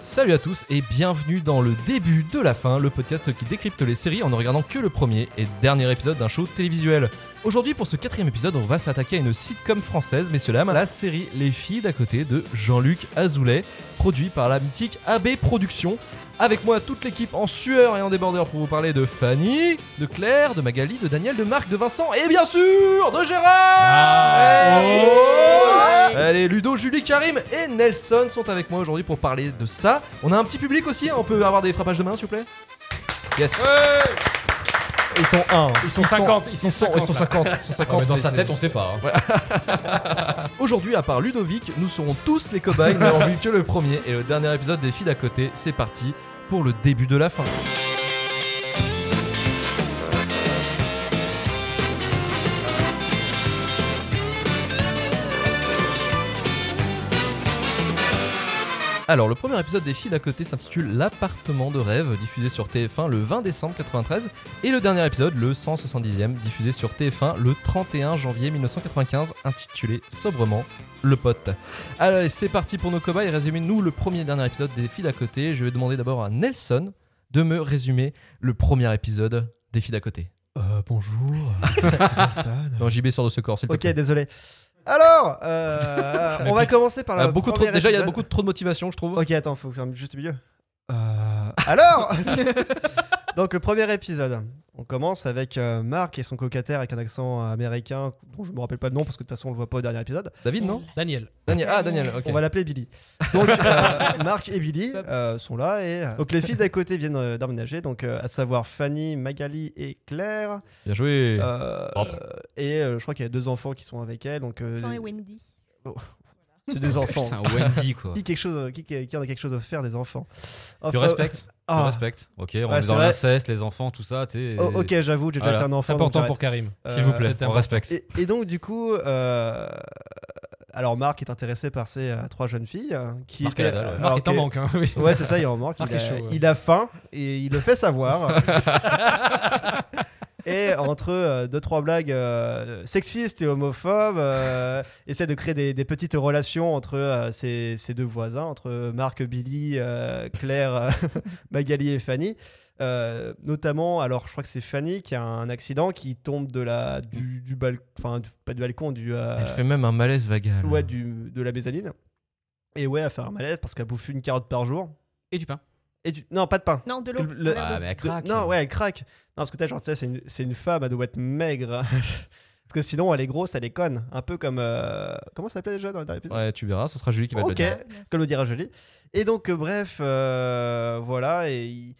Salut à tous et bienvenue dans le début de la fin, le podcast qui décrypte les séries en ne regardant que le premier et dernier épisode d'un show télévisuel. Aujourd'hui, pour ce quatrième épisode, on va s'attaquer à une sitcom française, messieurs dames, la série Les filles d'à côté de Jean-Luc Azoulay, produit par la mythique AB Productions. Avec moi, toute l'équipe en sueur et en débordeur pour vous parler de Fanny, de Claire, de Magali, de Daniel, de Marc, de Vincent et bien sûr de Gérard Hey Ah, Oh Allez, Ludo, Julie, Karim et Nelson sont avec moi aujourd'hui pour parler de ça. On a un petit public aussi, hein, on peut avoir des frappages de main s'il vous plaît Yes Ils sont 1. Ils sont 50, ils sont Ils sont ils sont 50, là. 50. Ils sont 50 dans mais sa c'est- tête, on sait pas. Aujourd'hui, à part Ludovic, nous serons tous les cobayes, n'ayant vu que le premier et le dernier épisode des filles d'à côté. C'est parti pour le début de la fin. Alors, le premier épisode des filles d'à côté s'intitule L'appartement de rêve, diffusé sur TF1 le 20 décembre 93, et le dernier épisode, le 170e, diffusé sur TF1 le 31 janvier 1995, intitulé sobrement Le pote. Allez, c'est parti pour nos cobayes. Résumez-nous le premier et dernier épisode des filles d'à côté. Je vais demander d'abord à Nelson de me résumer le premier épisode des filles d'à côté. Euh, bonjour, c'est Nelson. Non, JB sort de ce corps, s'il te ok, plaît. désolé. Alors, euh, on va commencer par Euh, la. beaucoup trop, déjà, il y a beaucoup trop de motivation, je trouve. Ok, attends, faut faire juste au milieu. Euh, alors Donc, le premier épisode. On commence avec euh, Marc et son cocataire avec un accent américain dont je me rappelle pas le nom parce que de toute façon on le voit pas au dernier épisode. David, non Daniel. Daniel. Ah, Daniel, ok. On va l'appeler Billy. Donc euh, Marc et Billy euh, sont là et euh, donc les filles d'à côté viennent euh, d'emménager donc euh, à savoir Fanny, Magali et Claire. Bien joué. Euh, Bravo. euh, et euh, je crois qu'il y a deux enfants qui sont avec elle donc euh, Vincent et Wendy. c'est des enfants. C'est un Wendy quoi. qui, quelque chose, qui, qui- qui en a quelque chose à faire des enfants. Tu Enfin, respectes Tu ah, respectes. Ok, on Ouais, est c'est dans vrai. l'inceste, les enfants, tout ça. t'es- oh, ok, j'avoue, j'ai déjà Voilà. été un enfant. Important donc pour Karim, Euh, s'il vous plaît. t'es On important. respecte. j'arrête. Et, et donc, du coup, euh, alors Marc est intéressé par ces euh, trois jeunes filles euh, qui Marc à étaient. la dalle, ouais. alors Marc est en que- manque. hein, oui. Ouais, c'est ça, il en manque. Marc il, est a, chaud, ouais. il a faim et il le fait savoir. et entre euh, deux, trois blagues euh, sexistes et homophobes, euh, essaie de créer des, des petites relations entre euh, ces, ces deux voisins, entre Marc, Billy, euh, Claire, euh, Magali et Fanny. Euh, notamment, alors je crois que c'est Fanny qui a un accident qui tombe de la du, du balcon, enfin du- pas du balcon, du euh, Elle fait même un malaise vagal. ouais du de la mezzanine. Et ouais, à faire un malaise parce qu'elle bouffe une carotte par jour. Et du pain. Et du... Non, pas de pain. Non, de l'eau. Parce que le- Ah, mais elle De- craque. Non, ouais, elle craque. Non, parce que t'as genre, tu sais, c'est une, c'est une femme, elle doit être maigre. parce que sinon, elle est grosse, elle est conne. Un peu comme. euh, Comment ça s'appelait déjà dans le dernier épisode Ouais, tu verras, ce sera Julie qui va Ok, te le dire. comme le dira Jolie. Et donc, euh, bref, euh, voilà. Et il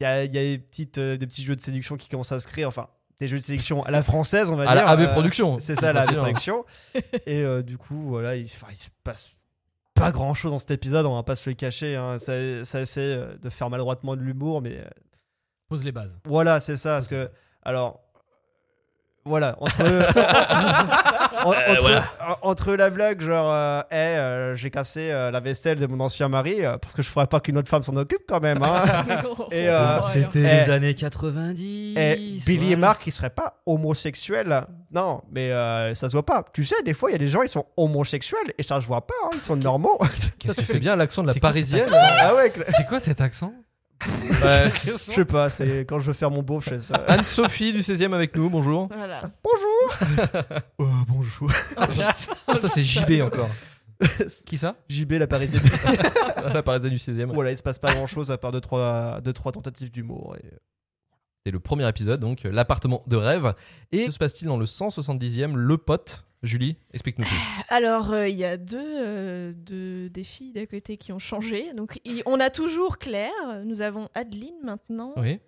il y a, il y a des, petites, euh, des petits jeux de séduction qui commencent à se créer. Enfin, des jeux de séduction à la française, on va À dire. la AB euh, Productions. C'est ça, la AB Facile, hein. Production. Et euh, du coup, voilà, il, enfin, il se passe pas grand chose dans cet épisode, on va pas se le cacher. hein. Ça, ça essaie euh, de faire maladroitement de l'humour, mais euh, pose les bases. Voilà, c'est ça. Parce que, alors, voilà, entre, en- entre, en- entre la blague, genre, euh, Eh, euh, j'ai cassé euh, la vaisselle de mon ancien mari euh, parce que je ferais pas qu'une autre femme s'en occupe quand même. hein. Et, euh, c'était. Eh, années 90. eh, Billy et ouais. Marc, ils seraient pas homosexuels. hein. Non, mais euh, ça se voit pas. Tu sais, des fois, il y a des gens, ils sont homosexuels et ça se voit pas. hein, ils sont normaux. Toi, tu sais bien l'accent de la C'est quoi, cet parisienne. ah ouais, que- C'est quoi cet accent Ouais. je sais pas, c'est quand je veux faire mon beau, je fais ça. Anne-Sophie du 16 e avec nous, bonjour. Voilà. Bonjour Euh, bonjour. Ah, ça, c'est JB encore. Qui ça JB, la parisienne. La parisienne du 16 e Voilà, il se passe pas grand chose à part deux trois, deux, trois tentatives d'humour. Et... C'est le premier épisode, donc euh, l'appartement de rêve. Et que se passe-t-il dans le 170e Le pote Julie, explique-nous tout. Alors, euh, il y a deux, euh, deux- des filles d'à côté qui ont changé. Donc, il- on a toujours Claire, nous avons Adeline maintenant, Oui.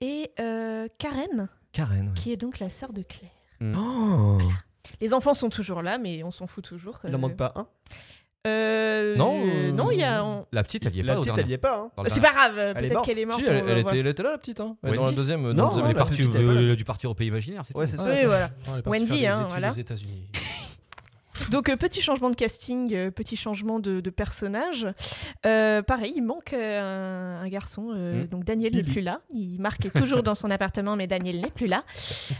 et euh, Karen, Karen. qui est donc la sœur de Claire. Oh. Les enfants sont toujours là, mais on s'en fout toujours. Il en manque pas un. Euh, Non, euh, euh, Non, il y a. on- La petite, elle y est La pas au petite, elle y dernier. est pas. hein. Dans le C'est dernier. pas grave, euh, Elle est peut-être qu'elle est morte. Si, elle, elle on va voir. était, elle était là, la petite. Hein. Elle est dans Wendy la deuxième. euh, Non, dans la deuxième Ah, non, Elle est la épisode. partie petite, au- elle est pas là. du partir au pays imaginaire. c'est Ouais, tout. c'est ça. Oui, voilà. Non, elle est partie Wendy, faire des hein, études voilà. aux États-Unis. Donc euh, petit changement de casting, euh, petit changement de, de personnage. Euh, pareil, il manque euh, un, un garçon. euh, Mm. Donc Daniel n'est plus là. Il marquait toujours dans son appartement, mais Daniel n'est plus là.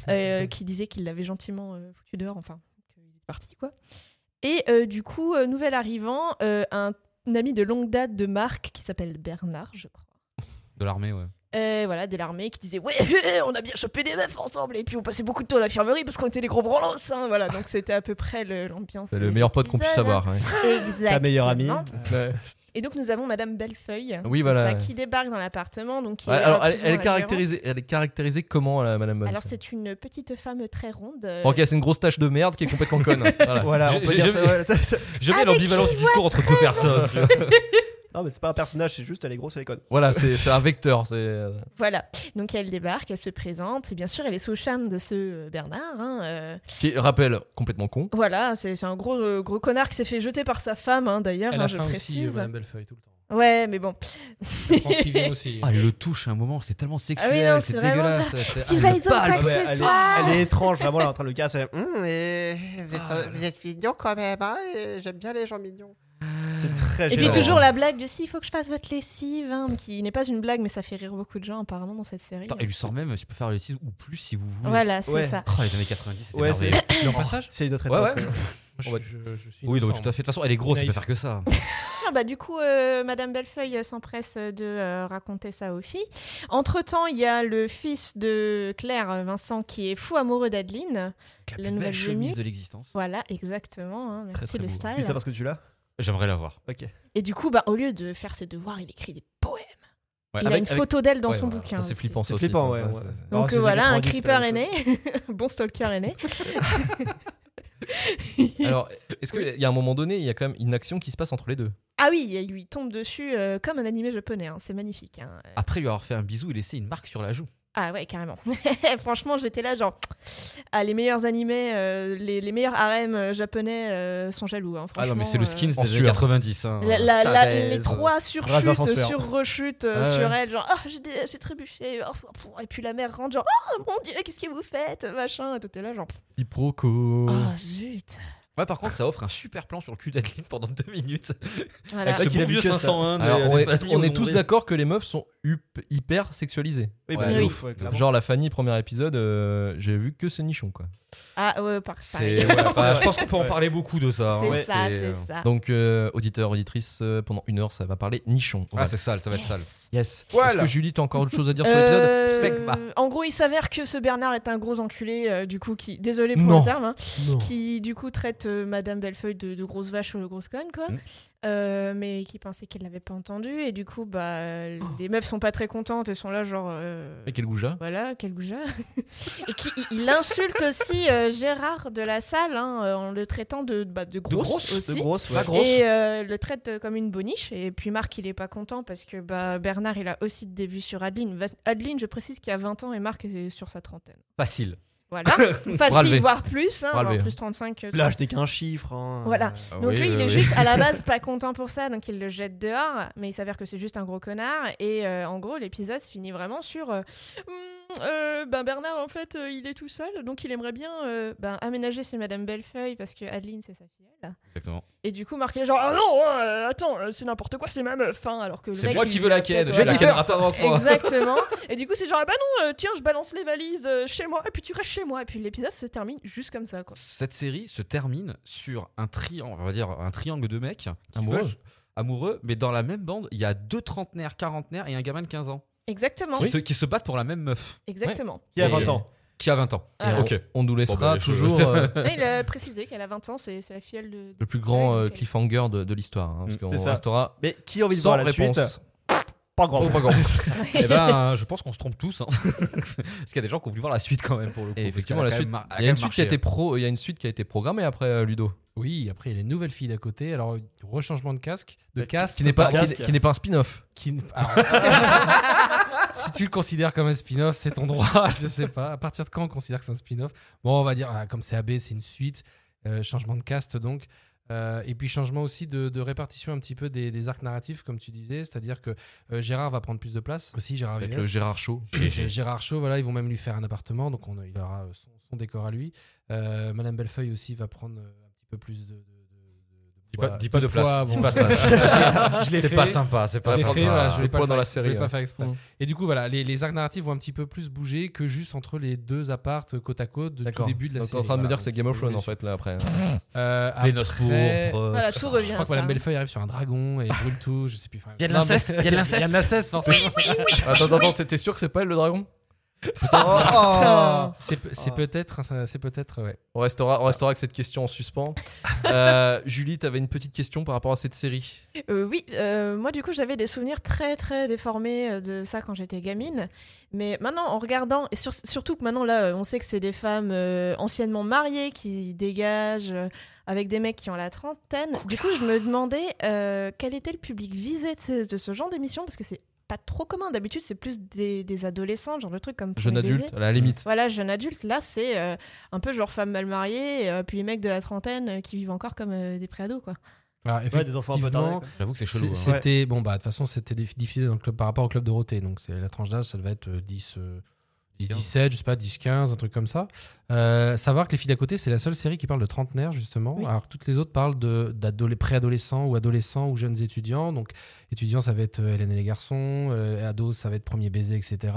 Euh, qui disait qu'il l'avait gentiment euh, foutu dehors, enfin, qu'il est parti quoi. Et euh, du coup, euh, nouvel arrivant, euh, un ami de longue date de Marc qui s'appelle Bernard, je crois. De l'armée, ouais. Euh, voilà, de l'armée qui disait Ouais, ouais, on a bien chopé des meufs ensemble et puis on passait beaucoup de temps à l'infirmerie parce qu'on était des gros branlos. hein. Voilà, donc c'était à peu près le- l'ambiance. C'est de le meilleur pote qu'on puisse l'épisode. avoir. ouais. Exactement. Ta meilleure amie. Ouais. Et donc nous avons Madame Bellefeuille Oui, c'est voilà. ça, qui débarque dans l'appartement. Donc qui est, Alors, euh, elle, elle est plus ou moins la gérante. caractérisée, elle est caractérisée comment, la Madame Bonne Alors c'est une petite femme très ronde. euh, Ok, c'est une grosse tache de merde qui est complètement conne. Voilà. Voilà, on J'ai- peut j'ai dire ça, jamais- ouais, ça- ça- J'aime bien Avec l'ambivalence du discours entre deux personnes. Non, mais c'est pas un personnage, c'est juste elle est grosse, elle est conne. Voilà, c'est c'est un vecteur. c'est- euh, Voilà. Donc elle débarque, elle se présente. Et bien sûr, elle est sous le charme de ce euh, Bernard. hein, euh, Qui rappelle complètement con. voilà, c'est c'est un gros, euh, gros connard qui s'est fait jeter par sa femme, hein, d'ailleurs, Elle hein, a je faim aussi, précise. euh, Madame Bellefeuille, tout le temps. ouais, mais bon. Je pense qu'il vient aussi. hein. Ah, elle le touche à un moment, c'est tellement sexuel, non, c'est c'est vraiment dégueulasse. Si c'est- ah, vous le avez besoin de palpe. quoi que ouais, ce elle, est, soit. elle est étrange, vraiment, elle est en train de le casser. Hum, Mmh, Et vous êtes, Ah. vous êtes mignons quand même, hein, et j'aime bien les gens mignons. C'est très Et gênant. puis toujours la blague de si, il faut que je fasse votre lessive, hein, qui n'est pas une blague, mais ça fait rire beaucoup de gens apparemment dans cette série. Attends, Elle lui sort même, tu peux faire le 6 ou plus si vous voulez. Voilà, c'est Ouais. ça. Oh, les années 90, c'était Ouais, c'est merveilleux. Leur passage c'est une autre Ouais, époque. ouais. ouais. je, On va- je- je suis Oui, non, mais innocent, tout à fait. De toute façon, elle est grosse, elle peut Naïf. faire que ça. Ah bah, du coup, euh, Madame Bellefeuille s'empresse de euh, raconter ça aux filles. Entre-temps, il y a le fils de Claire, euh, Vincent, qui est fou amoureux d'Adeline. Avec La La plus nouvelle belle chemise chemise. de l'existence. Voilà, exactement. hein, Très, merci très le beau. Tu style. sais parce que tu l'as J'aimerais la voir. Ok. Et du coup, bah, au lieu de faire ses devoirs, il écrit des poèmes. Ouais, il a avec- une avec- photo d'elle dans ouais, son voilà, bouquin. Ça, c'est aussi. flippant, ça C'est aussi. flippant, ça, ouais, ça, ouais. ça. Alors, Donc c'est euh, les voilà, un 90, c'est creeper la est né, même bon stalker est né. Alors, est-ce qu'il y a un moment donné, il y a quand même une action qui se passe entre les deux Ah oui, il lui tombe dessus euh, comme un animé japonais, hein, c'est magnifique. hein. Euh, Après lui avoir fait un bisou et laissé une marque sur la joue. Ah ouais, carrément. Franchement, j'étais là genre, ah, les meilleurs animés, euh, les, les meilleurs harems euh, japonais euh, sont jaloux. hein, Ah non, mais c'est le franchement, euh, skins en des années sueur. 90. hein. la- la- la- Savez, les euh, trois Razor surchutes, Sansfer. surrechutes euh, Ouais, sur ouais. elle, genre ah j'ai dé- j'ai trébuché, oh, pff, pff, et puis la mère rentre genre oh mon dieu qu'est-ce que vous faites machin, et tout est là genre Quiproquo. Ah, oh zut. Ouais, par contre, ça offre un super plan sur le cul d'Adeline pendant deux minutes. Voilà. Avec ce qu'il a vu que ça. Ah, de- Alors, on des est, euh, familles on est où tous est- d'accord que les meufs sont hup- hyper sexualisées. Oui, Ouais, bah, de oui. ouf, ouais, Ah clairement. Genre la Fanny, premier épisode, euh, j'ai vu que c'est nichon quoi. Ah ouais par C'est- pareil. ouais, bah, Je pense qu'on peut en Ouais. parler beaucoup de ça. C'est hein. ça, c'est euh, ça. Donc euh, auditeur, auditrice, euh, pendant une heure, ça va parler nichon. Ah, c'est sale, ça va être sale. Yes. yes. Voilà. Est-ce que Julie, t'as encore autre chose à dire sur l'épisode Euh, Spec, bah. En gros, il s'avère que ce Bernard est un gros enculé, euh, du coup, qui, désolé pour Non. le terme, hein, Non. qui du coup traite euh, Madame Bellefeuille de, de grosse vache ou de grosse conne, quoi. Mm. Euh, mais qui pensait qu'elle l'avait pas entendu, et du coup, bah, euh, les meufs sont pas très contentes et sont là, genre. euh, Mais quel goujat Voilà, quel goujat. et qui, il- il insulte aussi euh, Gérard de la salle hein, euh, en le traitant de, bah, de grosse, grosse, aussi. De grosse, ouais. Et euh, le traite euh, comme une boniche. Et puis Marc, il est pas content parce que bah, Bernard, il a aussi des vues sur Adeline. Va- Adeline, je précise, qui a 20 ans et Marc est sur sa trentaine. Facile. Voilà. Bras levé. Facile, voire plus. Hein, Bras voire levé. plus 35. euh, Là, je n'ai qu'un chiffre. hein. Voilà. Euh, donc Ah Oui, lui, il oui, est oui. juste à la base pas content pour ça, donc il le jette dehors, mais il s'avère que c'est juste un gros connard. Et euh, en gros, l'épisode se finit vraiment sur euh, Hmm, euh, ben Bernard, en fait, euh, il est tout seul, donc il aimerait bien euh, ben, aménager chez Madame Bellefeuille parce que Adeline, c'est sa filleule. Exactement. Et du coup, Marc il est genre Ah non, euh, attends, euh, c'est n'importe quoi, c'est ma meuf. hein. alors que le C'est mec, moi il qui veux la ken. peut-être, Je la voilà. ken avant que moi. Exactement. Et du coup, c'est genre, ah bah non, euh, tiens, je balance les valises euh, chez moi, et puis tu restes chez moi. Et puis l'épisode se termine juste comme ça, quoi. Cette série se termine sur un triangle, on va dire un triangle de mecs qui Amoureux. veulent- amoureux, mais dans la même bande, il y a deux trentenaires, quarantenaires et un gamin de 15 ans Exactement. qui, se, qui se battent pour la même meuf Exactement. Qui a Et- 20 ans qui a 20 ans. Ah. Et on- Ok. On nous laissera Bon, bah, les toujours choses- euh, Et il a précisé qu'elle a 20 ans, c'est c'est la filleule de. le plus grand Ouais, euh, ok. cliffhanger de, de l'histoire. hein, parce Mm, qu'on c'est ça. restera Mais qui a envie de sans voir la réponse. suite Pas grand. Oh, pas grand. Eh ben, euh, je pense qu'on se trompe tous. hein. Parce qu'il y a des gens qui ont voulu voir la suite quand même pour le coup. Et effectivement, la parce qu'elle suite. a quand même mar- Il elle y a une quand même suite qui a marché. hein. été pro, il y a une suite qui a été programmée après euh, Ludo, Oui, après, il y a les nouvelles filles d'à côté. Alors, euh, rechangement de casque. De casque. qui n'est pas, Podcast. qui n'est- qui n'est pas un spin-off. Ah, Qui n- Alors, si tu le considères comme un spin-off, c'est ton droit. Je sais pas. À partir de quand on considère que c'est un spin-off Bon, on va dire, ah, comme c'est AB, c'est une suite. euh, changement de cast, donc. Euh, et puis changement aussi de, de répartition un petit peu des, des arcs narratifs, comme tu disais. C'est-à-dire que euh, Gérard va prendre plus de place. Aussi, Gérard Avec Villiers. le Gérard Shaw. Gé- Gérard Shaw, voilà, ils vont même lui faire un appartement, donc on, il aura son, son décor à lui. Euh, Madame Bellefeuille aussi va prendre euh, un petit peu plus de, de- de- de- de Dis pas, Voilà. dis pas de Deux fois, place. bon. Dis pas ça. Je l'ai c'est fait. pas sympa. C'est pas Je l'ai sympa. Ah. fait, voilà, je Les vais pas poids le dans faire- la je série, vais hein. pas faire exprès. Mm. Et du coup, voilà, les, les arcs narratifs vont un petit peu plus bouger que juste entre les deux appartes côte à côte de tout D'accord. début de la Donc, t'es série. en train de me dire Voilà, que c'est Game of Thrones en évolution. fait là après. Euh, Les noces après, pourpres. Voilà, euh, tout Je revient. crois que ça. Madame Bellefeuille arrive sur un dragon et brûle tout, je sais plus. Il y a de l'inceste, il y a de Il y a de l'inceste, forcément. attends, attends, attends, t'es- t'es sûr que c'est pas elle le dragon Oh. C'est pe- c'est peut-être, un- c'est peut-être, ouais. on restera, on restera avec cette question en suspens. Euh, Julie, t'avais une petite question par rapport à cette série. Euh, oui, euh, moi du coup j'avais des souvenirs très très déformés euh, de ça quand j'étais gamine. Mais maintenant en regardant, et sur- surtout que maintenant là euh, on sait que c'est des femmes euh, anciennement mariées qui dégagent euh, avec des mecs qui ont la trentaine. Du coup je me demandais euh, quel était le public visé de ce, de ce genre d'émission parce que c'est pas trop commun. D'habitude c'est plus des, des adolescents, genre le truc comme Jeune Premier Baiser. adulte, à la limite. Voilà, jeune adulte, là c'est euh, un peu genre femme mal mariée, euh, puis les mecs de la trentaine euh, qui vivent encore comme euh, des préados quoi. Alors, Ouais, des enfants un peu tardés. effectivement, quoi. J'avoue que c'est c'est- chelou. hein. C'était bon bah de toute façon c'était dif- difficile dans le club par rapport au club Dorothée donc c'est la tranche d'âge ça devait être euh, 10 euh, 10, 17 je sais pas 10 15 un truc comme ça. Euh, savoir que les filles d'à côté c'est la seule série qui parle de trentenaire justement Oui. alors que toutes les autres parlent de d'adole- préadolescents ou adolescents ou jeunes étudiants donc étudiants ça va être euh, Hélène et les garçons euh, ados ça va être premier baiser etc.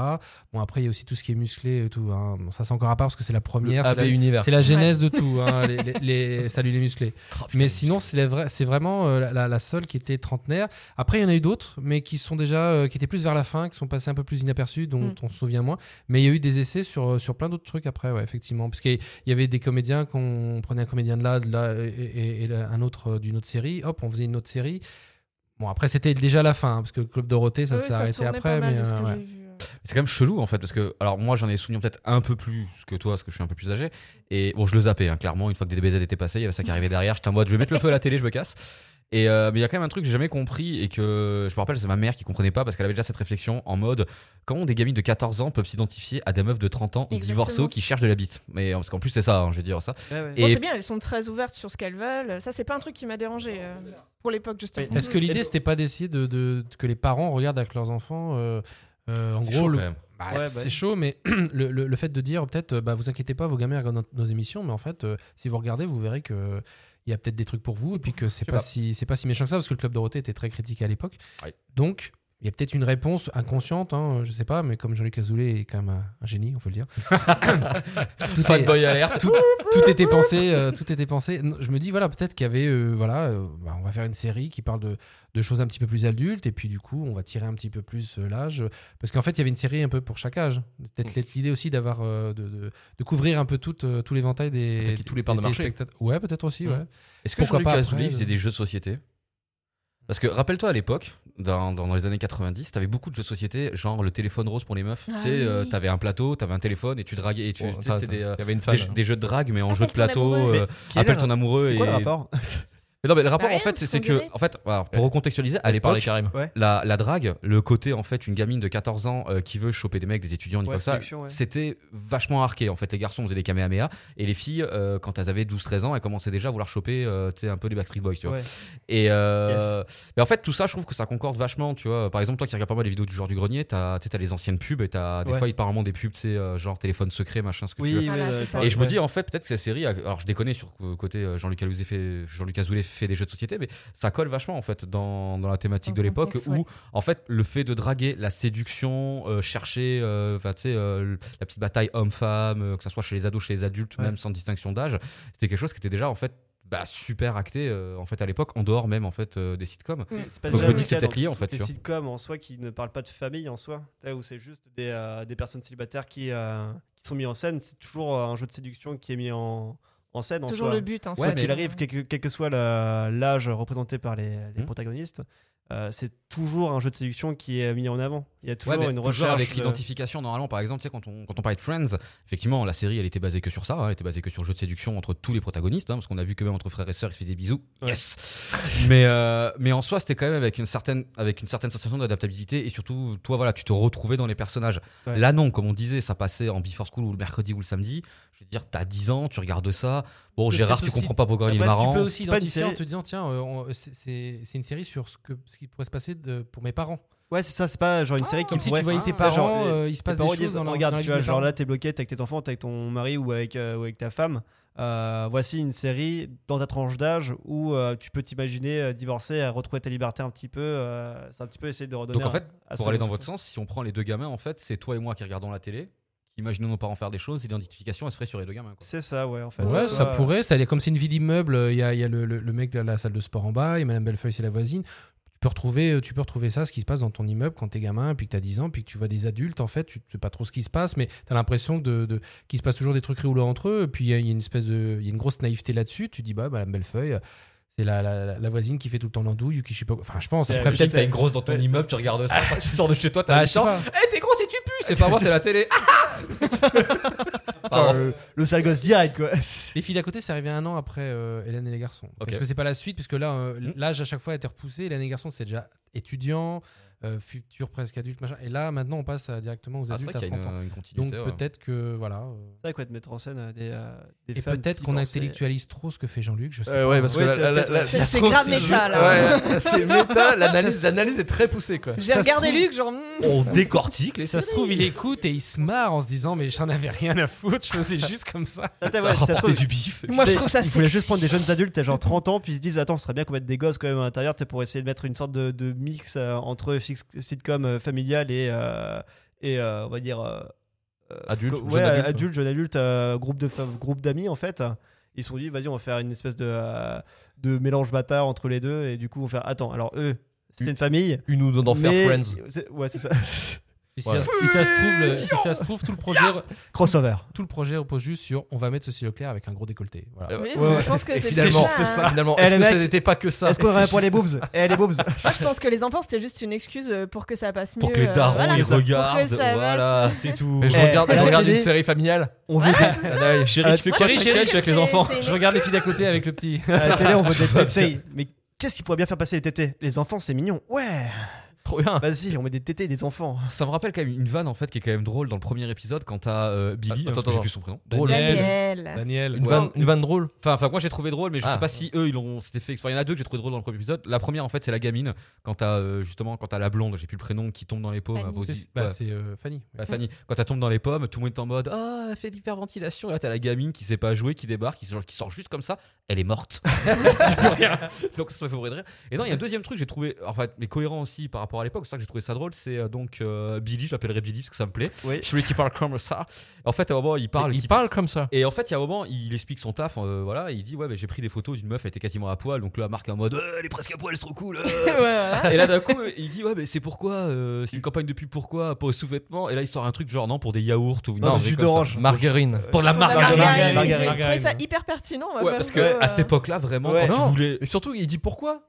Bon après il y a aussi tout ce qui est musclé et tout hein. Bon, ça c'est encore à part parce que c'est la Le première c'est AB la- Universe. c'est la genèse de tout, hein, les, les- les- salut les musclés. Oh, mais sinon, c'est la vraie- c'est vraiment euh, la- la, la seule qui était trentenaire. Après, il y en a eu d'autres, mais qui sont déjà, euh, qui étaient plus vers la fin, qui sont passés un peu plus inaperçus, dont Mm. on se souvient moins. Mais il y a eu des essais sur, euh, sur plein d'autres trucs après, ouais, effectivement, parce qu'il y avait des comédiens qu'on on prenait un comédien de là, de là, et, et- et là, un autre euh, d'une autre série. Hop, on faisait une autre série. Bon, après, c'était déjà la fin, hein, parce que Club Dorothée, ça Oui, s'est arrêté tournait après. pas mal mais, de ce euh, que ouais. j'ai vu, euh. C'est quand même chelou en fait parce que alors moi j'en ai souvenir peut-être un peu plus que toi parce que je suis un peu plus âgé et bon je le zappais hein, clairement une fois que des DBZ étaient passés il y avait ça qui arrivait derrière j'étais en mode je vais mettre le feu à la télé je me casse et euh, mais il y a quand même un truc que j'ai jamais compris et que je me rappelle c'est ma mère qui comprenait pas parce qu'elle avait déjà cette réflexion en mode comment des gamines de 14 ans peuvent s'identifier à des meufs de 30 ans ou Exactement. divorceaux qui cherchent de la bite mais parce qu'en plus c'est ça hein, je vais dire ça Ouais, ouais. Et- Bon, c'est bien, elles sont très ouvertes sur ce qu'elles veulent. Ça, c'est pas un truc qui m'a dérangé euh, pour l'époque, justement. Oui. Est-ce que Et l'idée, donc- c'était pas d'essayer de, de- que les parents regardent avec leurs enfants euh, euh, En C'est gros, chaud, le- quand même. bah, Ouais, bah c'est oui. chaud, mais le, le- le fait de dire peut-être, euh, bah, vous inquiétez pas, vos gamins regardent notre- nos émissions, mais en fait, euh, si vous regardez, vous verrez que il y a peut-être des trucs pour vous, et puis que c'est sais pas, pas. si c'est pas si méchant que ça, parce que le club Dorothée était très critique à l'époque. Ouais. Donc il y a peut-être une réponse inconsciente, hein, euh, je sais pas, mais comme Jean-Luc Azoulay est quand même un, un génie, on peut le dire. tout, est- fanboy alerte tout était pensé, euh, tout était pensé. Non, Je me dis voilà, peut-être qu'il y avait euh, voilà, euh, bah, on va faire une série qui parle de, de choses un petit peu plus adultes et puis du coup on va tirer un petit peu plus euh, l'âge parce qu'en fait il y avait une série un peu pour chaque âge. Peut-être Mm. l'idée aussi d'avoir euh, de, de- de couvrir un peu tout, euh, tout l'éventail des Peut-être qu'il y a tous les parts de des marché. téléspectateurs. Ouais, peut-être aussi. Mhm. Ouais. Est-ce que Pourquoi Jean-Luc pas Azoulay après, faisait euh. des jeux de société Parce que rappelle-toi à l'époque, dans, dans- dans les années 90, t'avais beaucoup de jeux de société, genre le téléphone rose pour les meufs. Ah tu sais, euh, oui. t'avais un plateau, t'avais un téléphone et tu draguais. Et tu, Bon, tu sais, Oh, ça, c'est ça- des, euh, Il y avait une hein. fan. des, des jeux de drague, mais en Appelle jeu de ton plateau. amoureux. Bah, euh, appelle ton amoureux. C'est quoi le et- rapport Mais non, mais le rapport rien, en fait, ils c'est sont c'est que, virés. en fait, alors, pour recontextualiser, à Allez parler l'époque, Karim. la, la drague, le côté en fait, une gamine de 14 ans euh, qui veut choper des mecs, des étudiants, ni Ouais, quoi que ça, sélection, ouais. c'était vachement arqué. En fait, les garçons faisaient des kamehameha et les filles, euh, quand elles avaient 12-13 ans, elles commençaient déjà à vouloir choper euh, tu sais, un peu les Backstreet Boys, tu vois. Ouais. Et euh, mais en fait, tout ça, je trouve que ça concorde vachement. Tu vois, par exemple, toi qui regardes pas mal les vidéos du joueur du grenier, t'as tu sais, t'as les anciennes pubs et t'as des Ouais. fois, il te parle vraiment des pubs, tu sais, euh, genre téléphone secret, machin, ce que tu veux. Oui, Voilà, oui, c'est oui, ça. Et je me ouais. dis en fait peut-être que cette série, a- alors je déconne sur le côté euh, Jean-Luc Azoulay fait, Jean-Luc Azoulay fait des jeux de société, mais ça colle vachement en fait dans, dans la thématique Dans de le l'époque contexte, où ouais. en fait le fait de draguer, la séduction, euh, chercher, euh, enfin, tu sais, euh, la petite bataille homme-femme, euh, que ça soit chez les ados, chez les adultes, Ouais. même sans distinction d'âge, c'était quelque chose qui était déjà en fait bah, super acté euh, en fait à l'époque, en dehors même en fait euh, des sitcoms. Mm. C'est pas Donc je déjà me le dis que c'est cas peut-être dans lié en fait. tu Les vois. sitcoms en soi qui ne parlent pas de famille en soi, tu sais, où c'est juste des, euh, des personnes célibataires qui, euh, qui sont mis en scène, c'est toujours euh, un jeu de séduction qui est mis en, en scène en Toujours soi. le but, hein. en Ouais, fait. mais- Qu'il arrive, quel que, quel que soit la- l'âge représenté par les, les Hmm. protagonistes, euh, c'est toujours un jeu de séduction qui est mis en avant. Il y a Ouais, toujours mais une toujours recherche. euh, avec de- l'identification normalement par exemple tu sais, quand on quand on parlait de Friends effectivement la série elle était basée que sur ça hein, elle était basée que sur le jeu de séduction entre tous les protagonistes hein, parce qu'on a vu que même entre frères et sœurs ils se faisaient des bisous yes mais euh, mais en soi c'était quand même avec une certaine avec une certaine sensation d'adaptabilité et surtout toi voilà tu te retrouvais dans les personnages Ouais. là non comme on disait ça passait en before school ou le mercredi ou le samedi je veux dire t'as 10 ans tu regardes ça bon Peut-être Gérard tu aussi- comprends pas pourquoi il est Après, si tu marrant Tu peux aussi C'est pas une identifier en série- te disant tiens, euh, on- c'est- c'est c'est une série sur ce, que, ce qui pourrait se passer de- pour mes parents. Ouais, c'est ça, c'est pas genre une série qui Comme si pourrait- tu voyais tes Ah, genre, parents, les- euh, il se Tes passe des parents choses disent, dans leur- regarde, dans la tu vie vois, des genre parents. là, t'es bloqué, t'es avec tes enfants, t'es avec ton mari ou avec, euh, ou avec ta femme. Euh, voici une série dans ta tranche d'âge où euh, tu peux t'imaginer euh, divorcer, euh, retrouver ta liberté un petit peu. euh, c'est un petit peu essayer de redonner. Donc en fait, à- à pour ce- aller dans votre sens, si on prend les deux gamins, en fait, c'est toi et moi qui regardons la télé, qui imaginons nos parents faire des choses, l'identification, elle se ferait sur les deux gamins. quoi. C'est ça, ouais, en Bah, fait. Ouais, ça en soi, euh, pourrait. C'est comme c'est une vie d'immeuble. euh, Il y a, il y a le, le- le mec de la salle de sport en bas et Madame Bellefeuille, c'est la voisine. Tu peux, retrouver, euh, tu peux retrouver ça, ce qui se passe dans ton immeuble quand t'es gamin, puis que t'as 10 ans, puis que tu vois des adultes, en fait, tu sais pas trop ce qui se passe, mais t'as l'impression de, de- qu'il se passe toujours des trucs rigolos entre eux, puis il y a- il y, a une espèce de, il y a une grosse naïveté là-dessus, tu dis, bah, Madame Bellefeuille, c'est la, la- la- la voisine qui fait tout le temps l'andouille, ou qui, je sais pas, quoi. enfin, je pense, C'est après, Après, Ouais, peut-être je- t'as une grosse dans ton ouais, immeuble, tu regardes ça, quand tu sors de chez toi, Ah, t'as je sais 8 ans. pas. Eh, t'es grosse et tu pues C'est pas moi, c'est la télé. Ah putain, Pardon. euh, le, le sale gosse direct, quoi. Les filles d'à côté, c'est arrivé un an après euh, Hélène et les garçons. Ok. Parce que c'est pas la suite, parce que là, euh, Mhm. l'âge à chaque fois a été repoussé. Hélène et les garçons, c'est déjà étudiant, euh, futur presque adulte, machin. Et là, maintenant, on passe à- directement aux Ah, c'est adultes vrai qu'il y à a 30 ans. une, une Donc continuité. ouais. peut-être que voilà. euh, C'est ça, quoi, de mettre en scène euh, des, euh, des Et femmes peut-être qu'on divorcées. intellectualise trop ce que fait Jean-Luc. Je sais. Euh, ouais, parce que Ouais, la- c'est la- la- peut-être- la- c'est- la- c'est la- grave c'est méta, juste- là. ouais, c'est méta, l'analyse l'analyse est très poussée quoi. J'ai Ça se regardé trouve- Luc, genre. hmm. On décortique les Ça se trouve, il écoute et il se marre en se disant mais j'en avais rien à foutre, je faisais juste comme ça. Attends, ouais, Ça ça se rapportait trouve, du bif. Moi, je Mais trouve ça Ils voulaient sexy. juste prendre des jeunes adultes, t'as genre 30 ans, puis ils se disent Attends, ce serait bien qu'on mette des gosses quand même à l'intérieur, t'es pour essayer de mettre une sorte de, de mix euh, entre fix- sitcom euh, familial et, euh, et euh, on va dire. euh, euh, Adulte, co- jeune ouais, adulte. adulte, jeune adulte, euh, groupe de fam- groupe d'amis en fait. Ils se sont dit Vas-y, on va faire une espèce de, euh, de mélange bâtard entre les deux, et du coup, on va faire Attends, alors eux, c'était une famille. Une ou d'en faire mais- Friends. c'est- Ouais, c'est ça. Si, Voilà. ça, si ça se trouve, le- si ça se trouve, tout le projet, Crossover. tout le projet repose juste sur on va mettre ceci Leclerc avec un gros décolleté. Voilà. Euh, Oui, ouais, mais ouais. je pense que Et c'est finalement, plus ça. finalement, Eh, est-ce les que ce mecs, n'était pas que ça Est-ce qu'on C'est aurait pour les juste- boobs Eh, les boobs Moi, je pense que les enfants, c'était juste une excuse euh, pour que ça passe mieux. Pour que les euh, darons voilà. ils Pour que regardent. ça passe. Voilà, c'est tout. Mais je Eh, regarde, à je la regarde une télé- série familiale. On veut des- Ah, bah, Allez, chérie, Euh, tu fais moi, quoi je chez trouve Sketch que avec les c'est- enfants c'est une Je regarde les filles d'à côté avec le petit. À la télé, on veut des tétés. Mais qu'est-ce qui pourrait bien faire passer les tétés Les enfants, c'est mignon. Ouais Trop bien. Vas-y, on met des tétés et des enfants. Ça me rappelle quand même une vanne en fait qui est quand même drôle dans le premier épisode quand t'as euh, Billy, Attends, hein, parce que attends, j'ai plus son prénom. Drôle. Daniel. Daniel. Une ouais. vanne- une vanne drôle. Enfin, enfin, moi j'ai trouvé drôle, mais je Ah. sais pas si eux ils l'ont c'était fait exprès. Il y en a deux que j'ai trouvé drôle dans le premier épisode. La première en fait c'est la gamine quand t'as euh, justement quand t'as la blonde, j'ai plus le prénom qui tombe dans les pommes. Fanny. à Rosie. C'est- bah, Ouais. c'est euh, Fanny. Bah, Fanny, quand elle tombe dans les pommes, tout le monde est en mode Ah, elle fait de l'hyperventilation. Et là, t'as la gamine qui sait pas jouer, qui débarque, qui, sort- qui sort juste comme ça, elle est morte. Tu peux rien. Donc ça me fait mourir de rire. Et non, il y a un deuxième truc que j'ai trouvé, en fait, mais cohérent aussi par rapport à l'époque, c'est ça que j'ai trouvé ça drôle, c'est euh, donc euh, Billy, je l'appellerai Billy parce que ça me plaît. Oui. Celui qui parle comme ça. En fait, à un moment, il parle. Il qui- parle comme ça. et en fait, il y a un moment, il explique son taf, euh, voilà, et il dit Ouais, mais j'ai pris des photos d'une meuf, elle était quasiment à poil, donc là, Marc est en mode Euh, Elle est presque à poil, c'est trop cool euh. Ouais, voilà. Et là d'un coup, il dit ouais mais c'est pourquoi euh, c'est une campagne de pub pourquoi pas aux sous-vêtements et là il sort un truc genre non pour des yaourts ou une Non, connerie jus comme ça. d'orange. Margarine. pour de la Pour la marque. Ouais, margarine. margarine, J'ai trouvé ça Margarine. hyper pertinent. on va pas parce que le faire, à cette euh, époque-là vraiment Ouais. quand Non. tu voulais Et surtout, il dit pourquoi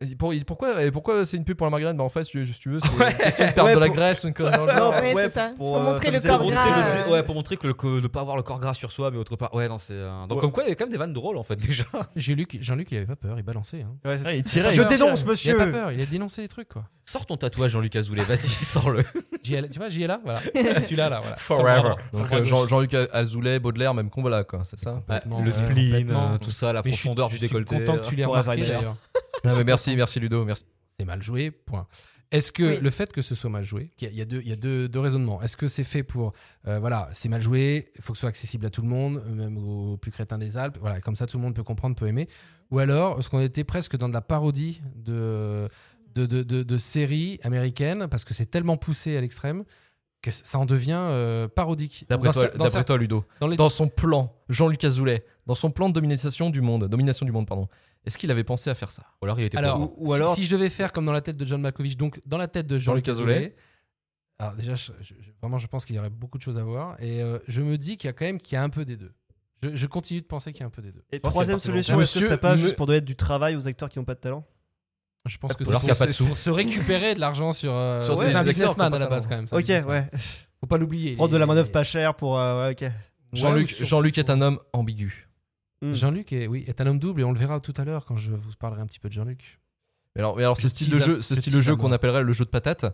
Il- pour- il- pourquoi, et pourquoi c'est une pub pour la margarine Bah en fait, si, tu- si tu veux, c'est une question de perte Ouais, de la pour- graisse, une connerie dans le genre. Oh Ouais, c'est ça. C'est pour euh, montrer ça le faisait corps pour montrer gras. montrer, le- euh. c'est- ouais, pour montrer que le, que- de pas avoir le corps gras sur soi mais autre part ouais non c'est euh, donc Ouais. comme quoi il y avait quand même des vannes drôles en fait déjà J'ai lu que- Jean-Luc, il avait pas peur, il balançait. hein. le- Ouais, c'est ça. Ouais, il tirait. Je il- dénonce, Il avait pas monsieur peur, il a dénoncé les trucs, quoi. sors ton tatouage Jean-Luc Azoulay vas-y sors le JL, tu vois, JLA, voilà. C'est celui-là, là, voilà. Forever. Donc euh, Jean- Jean-Luc Azoulay, Baudelaire, même Combola, quoi, c'est ça Complètement, le ouais, spleen complètement. euh, tout ça la Mais je suis- profondeur du décolleté euh. hein. Je suis content que tu l'aies Ouais, remarqué, Vanessa. d'ailleurs. Non, mais Merci, merci Ludo, merci. C'est mal joué, point. Est-ce que Oui. le fait que ce soit mal joué, il y a, il y a deux, il y a deux, deux raisonnements. Est-ce que c'est fait pour, euh, voilà, c'est mal joué, il faut que ce soit accessible à tout le monde, euh, même aux plus crétins des Alpes, voilà, comme ça tout le monde peut comprendre, peut aimer. Ou alors, est-ce qu'on était presque dans de la parodie de, de, de, de- de séries américaines, parce que c'est tellement poussé à l'extrême que ça en devient euh, parodique. D'après Dans toi, cer- dans d'après cer- toi, Ludo, dans les- dans son plan, Jean-Luc Azoulay, dans son plan de domination du monde, domination du monde, pardon, est-ce qu'il avait pensé à faire ça Ou alors il était pas Alors, bon. Ou- ou si- alors- si, je devais faire comme dans la tête de John Malkovich, donc dans la tête de Jean-Luc Azoulay. Azoulay, alors déjà, je- je- je- vraiment, je pense qu'il y aurait beaucoup de choses à voir. Et euh, je me dis qu'il y a quand même qu'il y a un peu des deux. Je, je continue de penser qu'il y a un peu des deux. Et pense troisième qu'il y a pas solution, est-ce que ce Monsieur, serait pas me- juste pour donner du travail aux acteurs qui n'ont pas de talent Je pense que Ou c'est Ah, alors qu'il y a pour pas de se- sous. se récupérer de l'argent sur. euh, Sur parce que des c'est un acteurs businessman qui ont à la pas de base talent. quand même. c'est un Ok, businessman. ouais. Faut pas l'oublier. Prendre de la Et- main-d'œuvre pas chère pour. euh, ouais, ok. Ouais, Jean-Luc ou surtout- Jean-Luc est un homme ambigu. Hmm. Jean-Luc est, oui, est un homme double et on le verra tout à l'heure quand je vous parlerai un petit peu de Jean-Luc. Mais alors, mais alors ce Je style de tease jeu, à- ce je style de tease jeu à qu'on mort. appellerait le jeu de patate,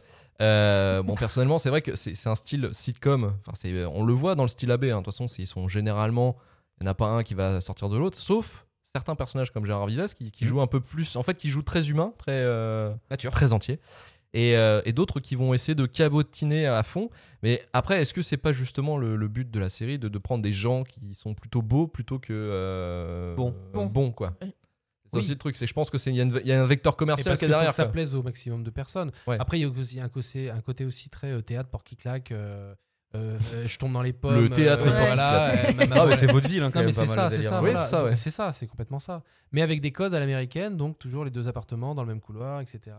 euh, bon personnellement c'est vrai que c'est c'est un style sitcom, enfin c'est- on le voit dans le style AB, hein. de toute façon c'est- ils sont généralement, il n'y en a pas un qui va sortir de l'autre, sauf certains Hmm. personnages comme Gérard Vives qui, qui jouent un peu plus, en fait qui jouent très humain, très... euh, nature très entier. et, euh, et d'autres qui vont essayer de cabotiner à fond. Mais après, est-ce que c'est pas justement le, le but de la série de, de prendre des gens qui sont plutôt beaux plutôt que euh, Bon. bon, bon, quoi Oui. C'est aussi le truc, c'est je pense que c'est il y, a une- il y a un vecteur Et commercial Euh, parce qui est qu'il faut derrière. que ça quoi. plaise au maximum de personnes. Ouais. Après, il y a aussi un côté, un côté aussi très euh, théâtre, porc qui claque. euh, euh, euh, je tombe dans les pommes. Le théâtre euh, porc qui voilà, euh, ma maman, Ah, mais elle- c'est votre ville, hein, quand Non, mais c'est même, pas mal ça, le c'est délire. ça. Ouais, voilà. c'est ça, Donc, ouais. C'est ça, c'est complètement ça. Mais avec des codes à l'américaine, donc toujours les deux appartements dans le même couloir, etc. etc.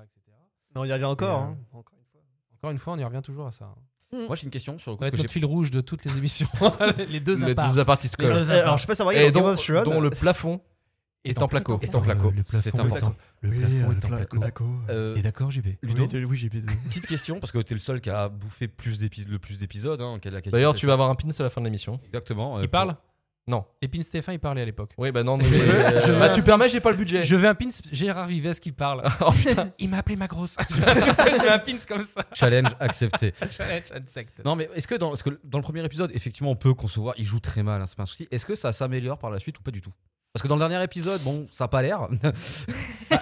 Mais On y revient encore. Et, euh, hein. Encore une fois. Encore une fois, on y revient toujours à ça. hein. Moi, j'ai une question sur le coup. Ça va être parce que notre j'ai- fil rouge de toutes les émissions. les deux Les apparts. deux apparts qui se collent. Euh, Alors, je sais pas si ça va Et dans dont, Game of Thrones. dont le plafond est en placo. Est en placo. Euh, Le plafond C'est est important. euh, Le plafond est en placo. Euh, T'es d'accord, JB Ludo oui, j'ai Petite question, parce que t'es le seul qui a bouffé plus d'épis- le plus d'épisodes. hein, qui a la qualité D'ailleurs, de tu ça. vas avoir un pins à la fin de l'émission. Exactement. euh, Il pour- parle Non. Épine Stéphane, il parlait à l'époque. Oui, bah non. Je mais- veux- je veux euh, Bah, un tu permets, j'ai pas le budget. Je veux un pins Gérard Vives qui parle. Oh, putain. Il m'a appelé ma grosse. je veux un pins comme ça. Challenge accepté. Challenge insect. Non, mais est-ce que, dans- parce que dans le premier épisode, effectivement, on peut concevoir, il joue très mal, hein, c'est pas un souci. Est-ce que ça s'améliore par la suite ou pas du tout Parce que dans le dernier épisode, bon, ça a pas l'air.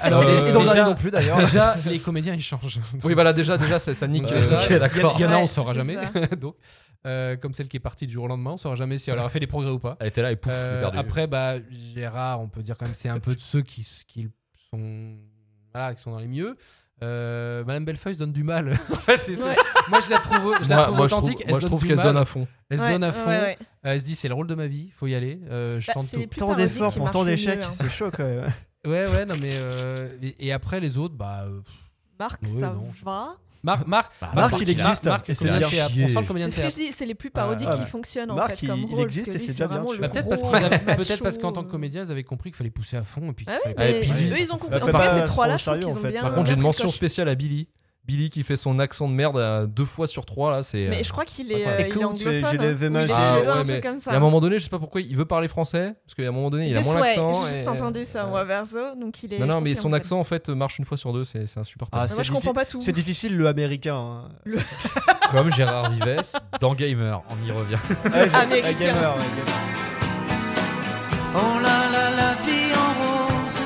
Alors, Euh, les- et dans le déjà- dernier non plus d'ailleurs. Déjà, les comédiens, ils changent. Oui, bah, voilà, déjà, déjà, ça, ça nique. Donc, Ok, euh, ok, il y en a- d'accord. Il y en a, on Ouais, saura c'est jamais. ça. Donc, euh, comme celle qui est partie du jour au lendemain, on saura jamais si elle aura fait des progrès ou pas. Elle était là et pouf, Euh, elle est perdue. après, bah, Gérard, on peut dire quand même, c'est un peu de ceux qui, s- qui sont, voilà, qui sont dans les mieux. Euh, Madame Bellefeuille se donne du mal. En fait, c'est- c'est- Ouais. Moi, je la trouve, je la moi, trouve moi, je trouve, authentique. moi, je trouve du qu'elle se mal. donne à fond. Elle se Ouais, donne à ouais, fond. ouais. Ah, Elle se dit, c'est le rôle de ma vie, faut y aller. Euh, je Bah, tente c'est tout. les plus Tant parodiques d'efforts qui pour tant marchent le mieux, d'échecs. hein. C'est chaud quand même. Ouais, ouais, non, mais. euh, et, et après, les autres, bah. euh, pff, Marc, Oui, ça non, je sais va Marc, Marc, Bah, Marc, Marc, il existe, hein, Marc, et c'est comédien bien. de théâtre. On sent le comédien C'est de ce que théâtre. je dis, c'est les plus parodiques Ah, qui ouais. fonctionnent en Marc, fait comme il- il rôle, existe et parce que lui, c'est déjà bien, vraiment tu le Bah, peut-être gros parce, qu'ils avaient- macho, peut-être parce qu'en tant que euh. comédien, ils avaient compris qu'il fallait pousser à fond. Et puis qu'il Ah ouais, fallait mais pas- puis- eux ils ont compris. Bah, En fais tout cas, pas ces trois-là, son je trouve qu'ils sérieux, ont en fait. bien. Par Par Euh, contre, j'ai une compris mention le coche. spéciale à Billy. Billy qui fait son accent de merde à deux fois sur trois, là, c'est. euh, Mais je crois qu'il est, Incroyable. euh, il est Écoute, j'ai anglophone. hein. levé ma Ou il est Ah, suédois, ouais, un truc mais comme ça. Et à un moment donné, je sais pas pourquoi, il veut parler français, parce qu'à un moment donné, il a Des- moins ouais, l'accent. J'ai juste et- euh, entendu ça, moi, verso. Donc il est. Non, je non, pense mais qu'il est son anglophone. accent, en fait, marche une fois sur deux, c'est c'est insupportable. Ah, Mais c'est Moi, je diffi- comprends pas tout. C'est difficile le américain. hein. Comme Gérard Vives dans Gamer, on y revient. Ouais, je- Américain. ouais, gamer, ouais, gamer. Oh là là, la vie en rose,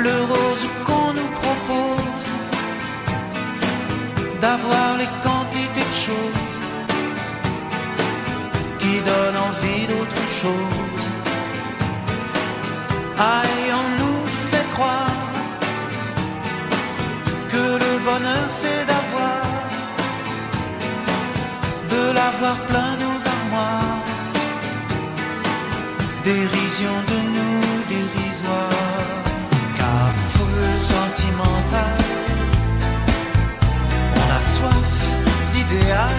le rose qu'on nous propose, d'avoir les quantités de choses qui donnent envie d'autre chose. Aïe, on nous fait croire que le bonheur c'est d'avoir, de l'avoir plein nos armoires dérision de nous dérisoire. Car foule sentimentale, on a soif d'idéal,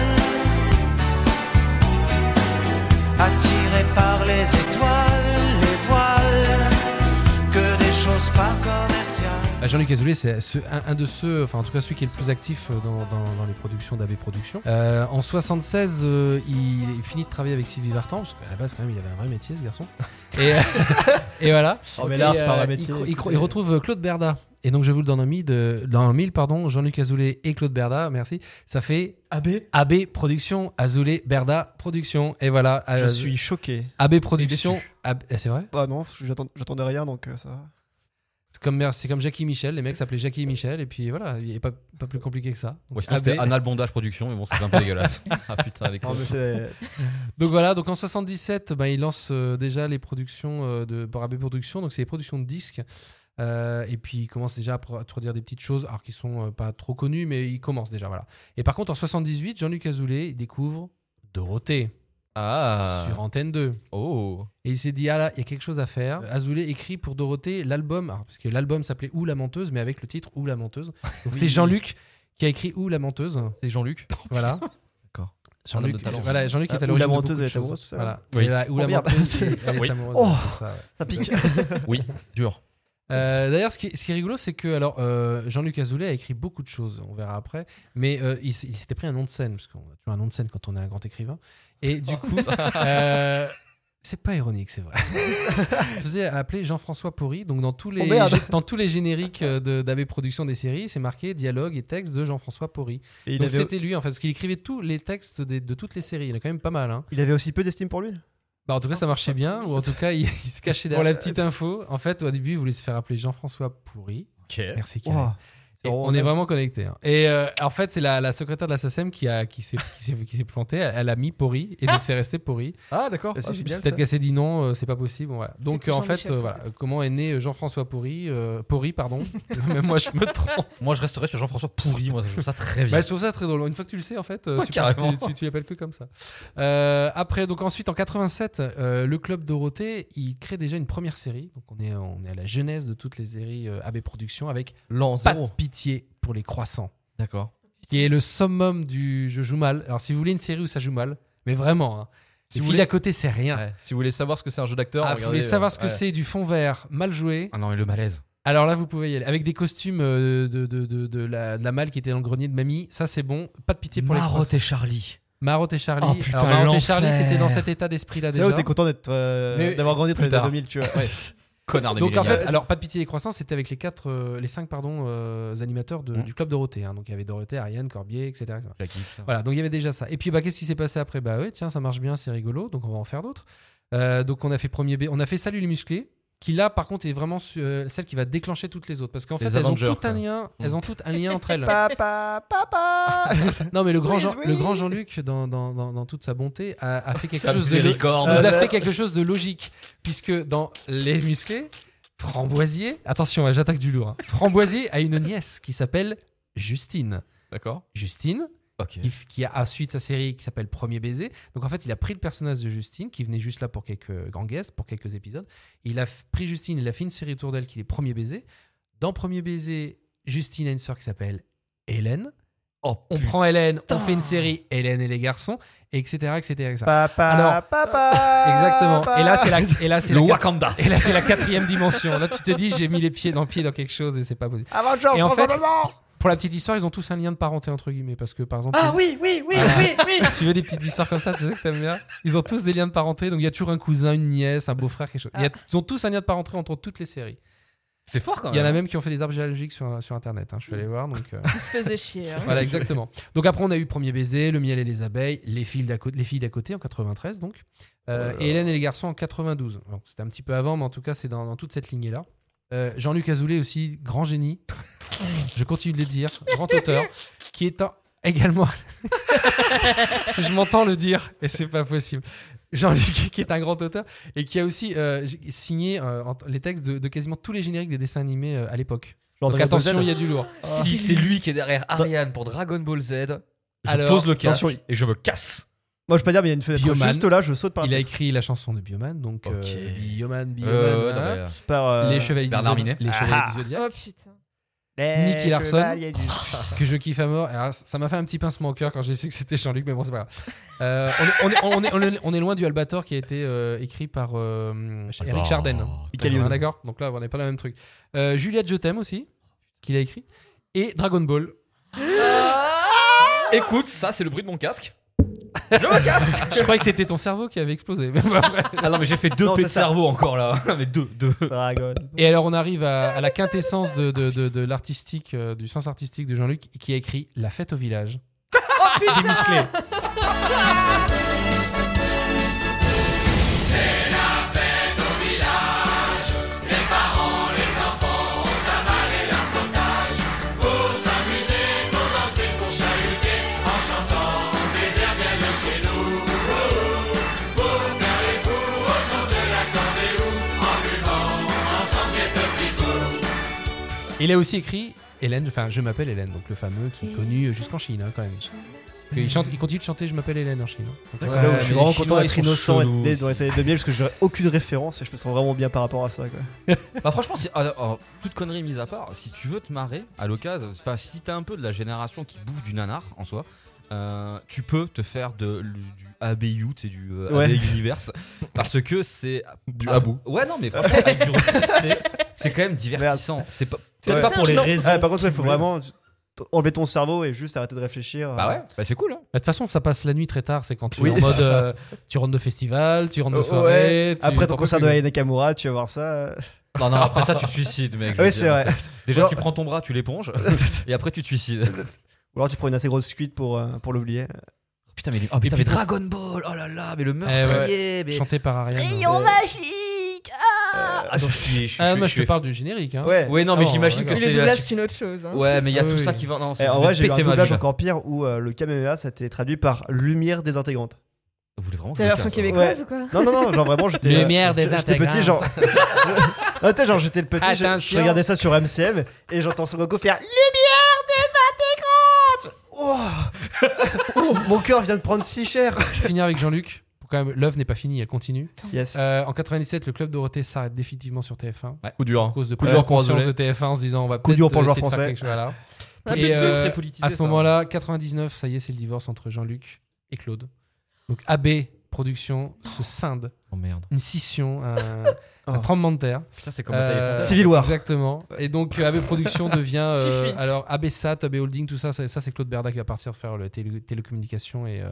attiré par les étoiles, les voiles, que des choses pas commerciales. Bah, Jean-Luc Azoulay, c'est ce- un, un de ceux, enfin en tout cas celui qui est le plus actif euh, dans, dans- dans les productions d'AB Productions. Euh, en 76, euh, il, il finit de travailler avec Sylvie Vartan, parce qu'à la base, quand même, il avait un vrai métier, ce garçon. Et, euh, et voilà. Oh, mais Et, là, c'est pas euh, un il métier. cro- Il, cro- écoutez. il retrouve euh, Claude Berda. Et donc, je vous le donne en mille, de- dans un mille, pardon, Jean-Luc Azoulay et Claude Berda, merci. Ça fait AB, AB Productions, Azoulay, Berda Productions. Et voilà. je euh, suis choqué. AB Productions. AB- eh, C'est vrai Bah non, j'attend- j'attendais rien donc euh, ça. va. C'est comme, c'est comme Jackie Michel, les mecs s'appelaient Jackie Michel, et puis voilà, il n'est pas, pas plus compliqué que ça. Bon, Donc, sinon, c'était AB. Anal Bondage Production, mais bon, c'était un peu dégueulasse. ah putain, les Non, mais c'est- donc voilà, donc en 77, ben, il lance euh, déjà les productions euh, de pour AB Productions, donc c'est les productions de disques. Euh, et puis il commence déjà à pro- à produire des petites choses, alors qui sont euh, pas trop connues, mais il commence déjà, voilà. Et par contre, en 78, Jean-Luc Azoulay découvre Dorothée Ah. sur Antenne 2. Oh. Et il s'est dit, ah là, il y a quelque chose à faire. Azoulay écrit pour Dorothée l'album, alors, parce que l'album s'appelait Ou la menteuse, mais avec le titre Ou la menteuse. Donc c'est Jean-Luc qui a écrit Ou la menteuse. C'est Jean-Luc. Voilà. D'accord. Un homme Jean-Luc de talent. voilà, Jean-Luc est Ah, à ou l'origine la de menteuse, beaucoup de elle est choses. amoureuse, tout ça, Voilà. Oui. Et la- ou Oh, la merde. menteuse, elle elle Oui. est amoureuse. Oh. c'est ça, ouais. ça pique. Oui, dur. Euh, D'ailleurs, ce qui, ce qui est rigolo, c'est que alors euh, Jean-Luc Azoulay a écrit beaucoup de choses, on verra après, mais euh, il, s- il s'était pris un nom de scène, parce qu'on a toujours un nom de scène quand on est un grand écrivain. Et du coup, euh, c'est pas ironique, c'est vrai. Il faisait appeler Jean-François Porry, donc dans tous les, Oh, merde. gé- dans tous les génériques euh, de- d'AB Productions des séries, c'est marqué dialogue et texte de Jean-François Porry. Et il, Donc avait... c'était lui, en fait, parce qu'il écrivait tous les textes des- de toutes les séries, il y en a quand même pas mal. Hein. il avait aussi peu d'estime pour lui. Bah, en tout cas, ça marchait bien, ou en tout cas, il, il se cachait derrière. Pour la petite info, en fait, au début, il voulait se faire appeler Jean-François Pourri. Ok. Merci, Karel. Ouah. Et Oh, on est reste- vraiment connectés. hein. Et euh, en fait, c'est la, la secrétaire de la SACEM qui, a- qui s'est qui s'est- qui s'est plantée. Elle, elle a mis pourri et donc c'est resté pourri. Ah, d'accord. Ah, c'est Ah, génial, Peut-être ça. qu'elle s'est dit non, euh, c'est pas possible. voilà. Donc C'était euh, en fait, Jean-Michel euh, Foucault. voilà, euh, comment est né euh, Jean-François Pourri euh, Pourri, pardon. Même moi, je me trompe. Moi, je resterai sur Jean-François pourri. Moi, je trouve ça très bien. Bah, je trouve ça très drôle. Une fois que tu le sais, en fait, euh, Ouais, tu, penses que carrément. tu, tu- tu l'appelles que comme ça. Euh, après, donc ensuite, en 87, euh, le club Dorothée, il crée déjà une première série. Donc on est, on est à la genèse de toutes les séries euh, AB Productions avec L'an Pas zéro. de pitié pour les croissants. D'accord. qui est le summum du je joue mal. Alors, si vous voulez une série où ça joue mal, mais vraiment, hein, Si les vous, filles voulez, d'à côté, c'est rien. ouais, si vous voulez savoir ce que c'est un jeu d'acteur, Ah, vous regardez, voulez savoir euh, ce que ouais. c'est du fond vert mal joué Ah non, mais le malaise. Alors là, vous pouvez y aller. Avec des costumes euh, de, de, de, de la, de la malle qui était dans le grenier de mamie, ça c'est bon. Pas de pitié pour les Marotte Français. et Charlie. Marotte et Charlie. Oh, putain, Alors, Marotte et Charlie, l'enfer. c'était dans cet état d'esprit là C'est là où déjà. t'es content d'être, euh, Mais- d'avoir grandi dans plus les années tard. 2000, tu vois. Connard de Donc en fait, millénial. alors pas de pitié les croissants, c'était avec les quatre, euh, les cinq pardon, euh, animateurs de- Mhm. du club Dorothée. hein. Donc il y avait Dorothée, Ariane, Corbier, etc. etc. Jackie. Voilà, donc il y avait déjà ça. Et puis, bah, qu'est-ce qui s'est passé après Bah ouais, tiens, ça marche bien, c'est rigolo, donc on va en faire d'autres. Euh, donc on a fait premier B, on a fait Salut les musclés, qui là, par contre, est vraiment su- euh, celle qui va déclencher toutes les autres, parce qu'en fait, Les elles ont, Avengers, toutes un quoi. Mm. lien, elles ont toutes un lien entre elles. Papa, papa Non, mais le grand, Oui, Jean, oui. le grand Jean-Luc, dans, dans, dans, dans toute sa bonté, a, a fait quelque Ça chose faisait de lo- licorne. nous a Euh, fait quelque chose de logique, puisque dans les musclés, Framboisier, attention, hein, j'attaque du lourd. hein. Framboisier a une nièce qui s'appelle Justine. Euh, D'accord. Justine, Ok. qui, f- qui a ensuite sa série qui s'appelle Premier baiser. Donc en fait, il a pris le personnage de Justine, qui venait juste là pour quelques grands guests, pour quelques épisodes. Il a f- pris Justine, il a fait une série autour d'elle qui est Premier baiser. Dans Premier baiser, Justine a une sœur qui s'appelle Hélène. Oh, on prend Hélène, on fait une série Hélène et les garçons, etc. etc., etc. Papa, Alors, papa. Exactement. bah. Et là, c'est la, et là, c'est Le la quat- Wakanda. et là, c'est la quatrième dimension. Là, tu te dis, j'ai mis les pieds dans le pied dans quelque chose et c'est pas possible. Ah, Avengers, Et en fait- François Maman Pour la petite histoire, ils ont tous un lien de parenté, entre guillemets, parce que par exemple. Ah oui, oui, oui, Ah. oui, oui. tu veux des petites histoires comme ça, tu sais que t'aimes bien. Ils ont tous des liens de parenté, donc il y a toujours un cousin, une nièce, un beau-frère, quelque chose. Il y a- Ah. ils ont tous un lien de parenté entre toutes les séries. C'est fort quand hein. Il y en a même qui ont fait des arbres géologiques sur, sur internet, hein, je suis allé voir. Donc, euh, Il se faisait chier. hein. voilà, exactement. Donc après, on a eu Premier baiser, Le miel et les abeilles, Les filles d'à côté, les filles d'à côté en 93, donc. Euh, et Hélène et les garçons en 92. Donc, C'était un petit peu avant, mais en tout cas, c'est dans, dans toute cette lignée-là. Euh, Jean-Luc Azoulay aussi, grand génie. je continue de le dire, grand auteur, qui est un- également. Parce que je m'entends le dire, et c'est pas possible. Jean-Luc, qui est un grand auteur, et qui a aussi euh, j- signé euh, en- les textes de, de quasiment tous les génériques des dessins animés euh, à l'époque. Genre Donc dans attention, Mademoiselle. il y a du lourd. Si c'est lui qui est derrière Ariane pour Dragon Ball Z, je Alors, pose le casque attention, et je me casse. Moi, je peux dire, mais il y a une fenêtre Bioman. juste là, je saute par, Il a écrit la chanson de Bioman, donc euh, Ok. Bioman, Bioman, Euh, hein. non, mais, euh, par euh, les Chevaliers, du Bernard Zodiac- Minet. les Chevaliers du Zodiac, Oh putain. les Nicky Larson. Oh, chevaliers du- que je kiffe à mort. Et alors, ça m'a fait un petit pincement au cœur quand j'ai su que c'était Jean-Luc, mais bon, c'est pas grave. Euh, on, est, on, est, on, est, on est- on est loin du Albator qui a été euh, écrit par euh, Eric Chardin. Michael D'accord, Youn. D'accord, donc là, on n'est pas dans le même truc. Euh, Juliette, je t'aime aussi, qu'il a écrit. Et Dragon Ball. euh, Écoute, ça c'est le bruit de mon casque. Je me casse. Je croyais que c'était ton cerveau qui avait explosé. Mais bon, après. Ah non mais j'ai fait deux Non, pets c'est de ça. cerveau encore là. mais deux, deux. Dragon. Et alors, on arrive à, à la quintessence de, de- de- de l'artistique, euh, du sens artistique de Jean-Luc, qui a écrit La fête au village. Des musclés. Il a aussi écrit Hélène, enfin je m'appelle Hélène, donc le fameux qui est connu jusqu'en Chine hein, quand même. Il, chante, il continue de chanter Je m'appelle Hélène en Chine. hein. Donc, C'est ça, là où mais je suis les vraiment Chinois, content ils d'être sont innocent et chelous. d'être dans les années 2000 parce que j'aurais aucune référence et je me sens vraiment bien par rapport à ça. Quoi. Bah franchement, si, alors, alors, toute connerie mise à part, si tu veux te marrer, à l'occasion, enfin, si t'es un peu de la génération qui bouffe du nanar en soi, euh, tu peux te faire de, du ABU, tu sais, du euh, Ouais. AB Universe, parce que c'est Du Ah, abou. Ouais, non, mais franchement, avec du recul, c'est- c'est quand même divertissant. C'est pas, C'est peut-être vrai. pas pour les Non. raisons. Ah, par contre, il qui faut voulaient. vraiment enlever ton cerveau et juste arrêter de réfléchir. euh, Bah ouais, bah c'est cool. Hein. De toute façon, ça passe la nuit très tard. C'est quand tu Oui. es en mode. euh, tu rentres de festival, tu rentres de Ouais. soirée. tu- Après ton t'en peux concert de plus. Aya Nakamura, tu vas voir ça. euh, Non, non, après ça, tu te suicides, mec. je veux Oui, dire, c'est vrai. Déjà, Genre- tu prends ton bras, tu l'éponges, et après, tu te suicides. Ou alors tu prends une assez grosse cuite pour, euh, pour l'oublier. putain, mais, putain, mais Dragon Ball, oh là là, mais le meurtrier, mais. Chanté par Ariane. Rayon magique. Ah Ah, je suis. je suis- Ah, je moi, je suis- te parle du générique. Hein. Ouais. Ouais, non, mais Ah bon, j'imagine que d'accord. Et c'est. le la doublage, suite. c'est une autre chose. hein. Ouais, mais il y a Ah tout oui, ça oui. qui va. Non, Eh, vous en vrai, me j'ai eu un pétez ma doublage vie, là. encore pire où euh, le Kamehameha, ça a été traduit par lumière désintégrante. Vous voulez vraiment que C'est je la le version casse, hein québécoise ou quoi Non, non, non, genre vraiment, j'étais. euh, Lumière j'- J'étais désintégrante. petit, genre. non, t'sais, genre, j'étais le petit, je- je, Attention. regardais ça sur MCM et j'entends Son Goku faire Lumière désintégrante Wow Oh. Mon cœur vient de prendre si cher Je vais finir avec Jean-Luc. Pour quand même, l'œuvre n'est pas finie, elle continue. Yes. Euh, en 97, le club Dorothée s'arrête définitivement sur TF1 Coup hein. dur. à cause de Coup prise dur de pour conscience de Azoulay. TF1 en se disant on va Coup peut-être euh, dur pour le essayer joueur de faire français. quelque chose là. Ah, On a Et, plus de euh, sucre. À hein. hein. ce moment-là, 99, ça y est, c'est le divorce entre Jean-Luc et Claude. Donc AB Productions se scinde, Oh merde. une scission, un, un Oh. tremblement de terre. Putain, c'est comme Euh, un Civil War. Exactement. Et donc euh, AB Productions devient euh, Suffit. alors AB Sat, AB Holding, tout ça, ça, ça, c'est Claude Berda qui va partir faire le télé- télécommunications et euh,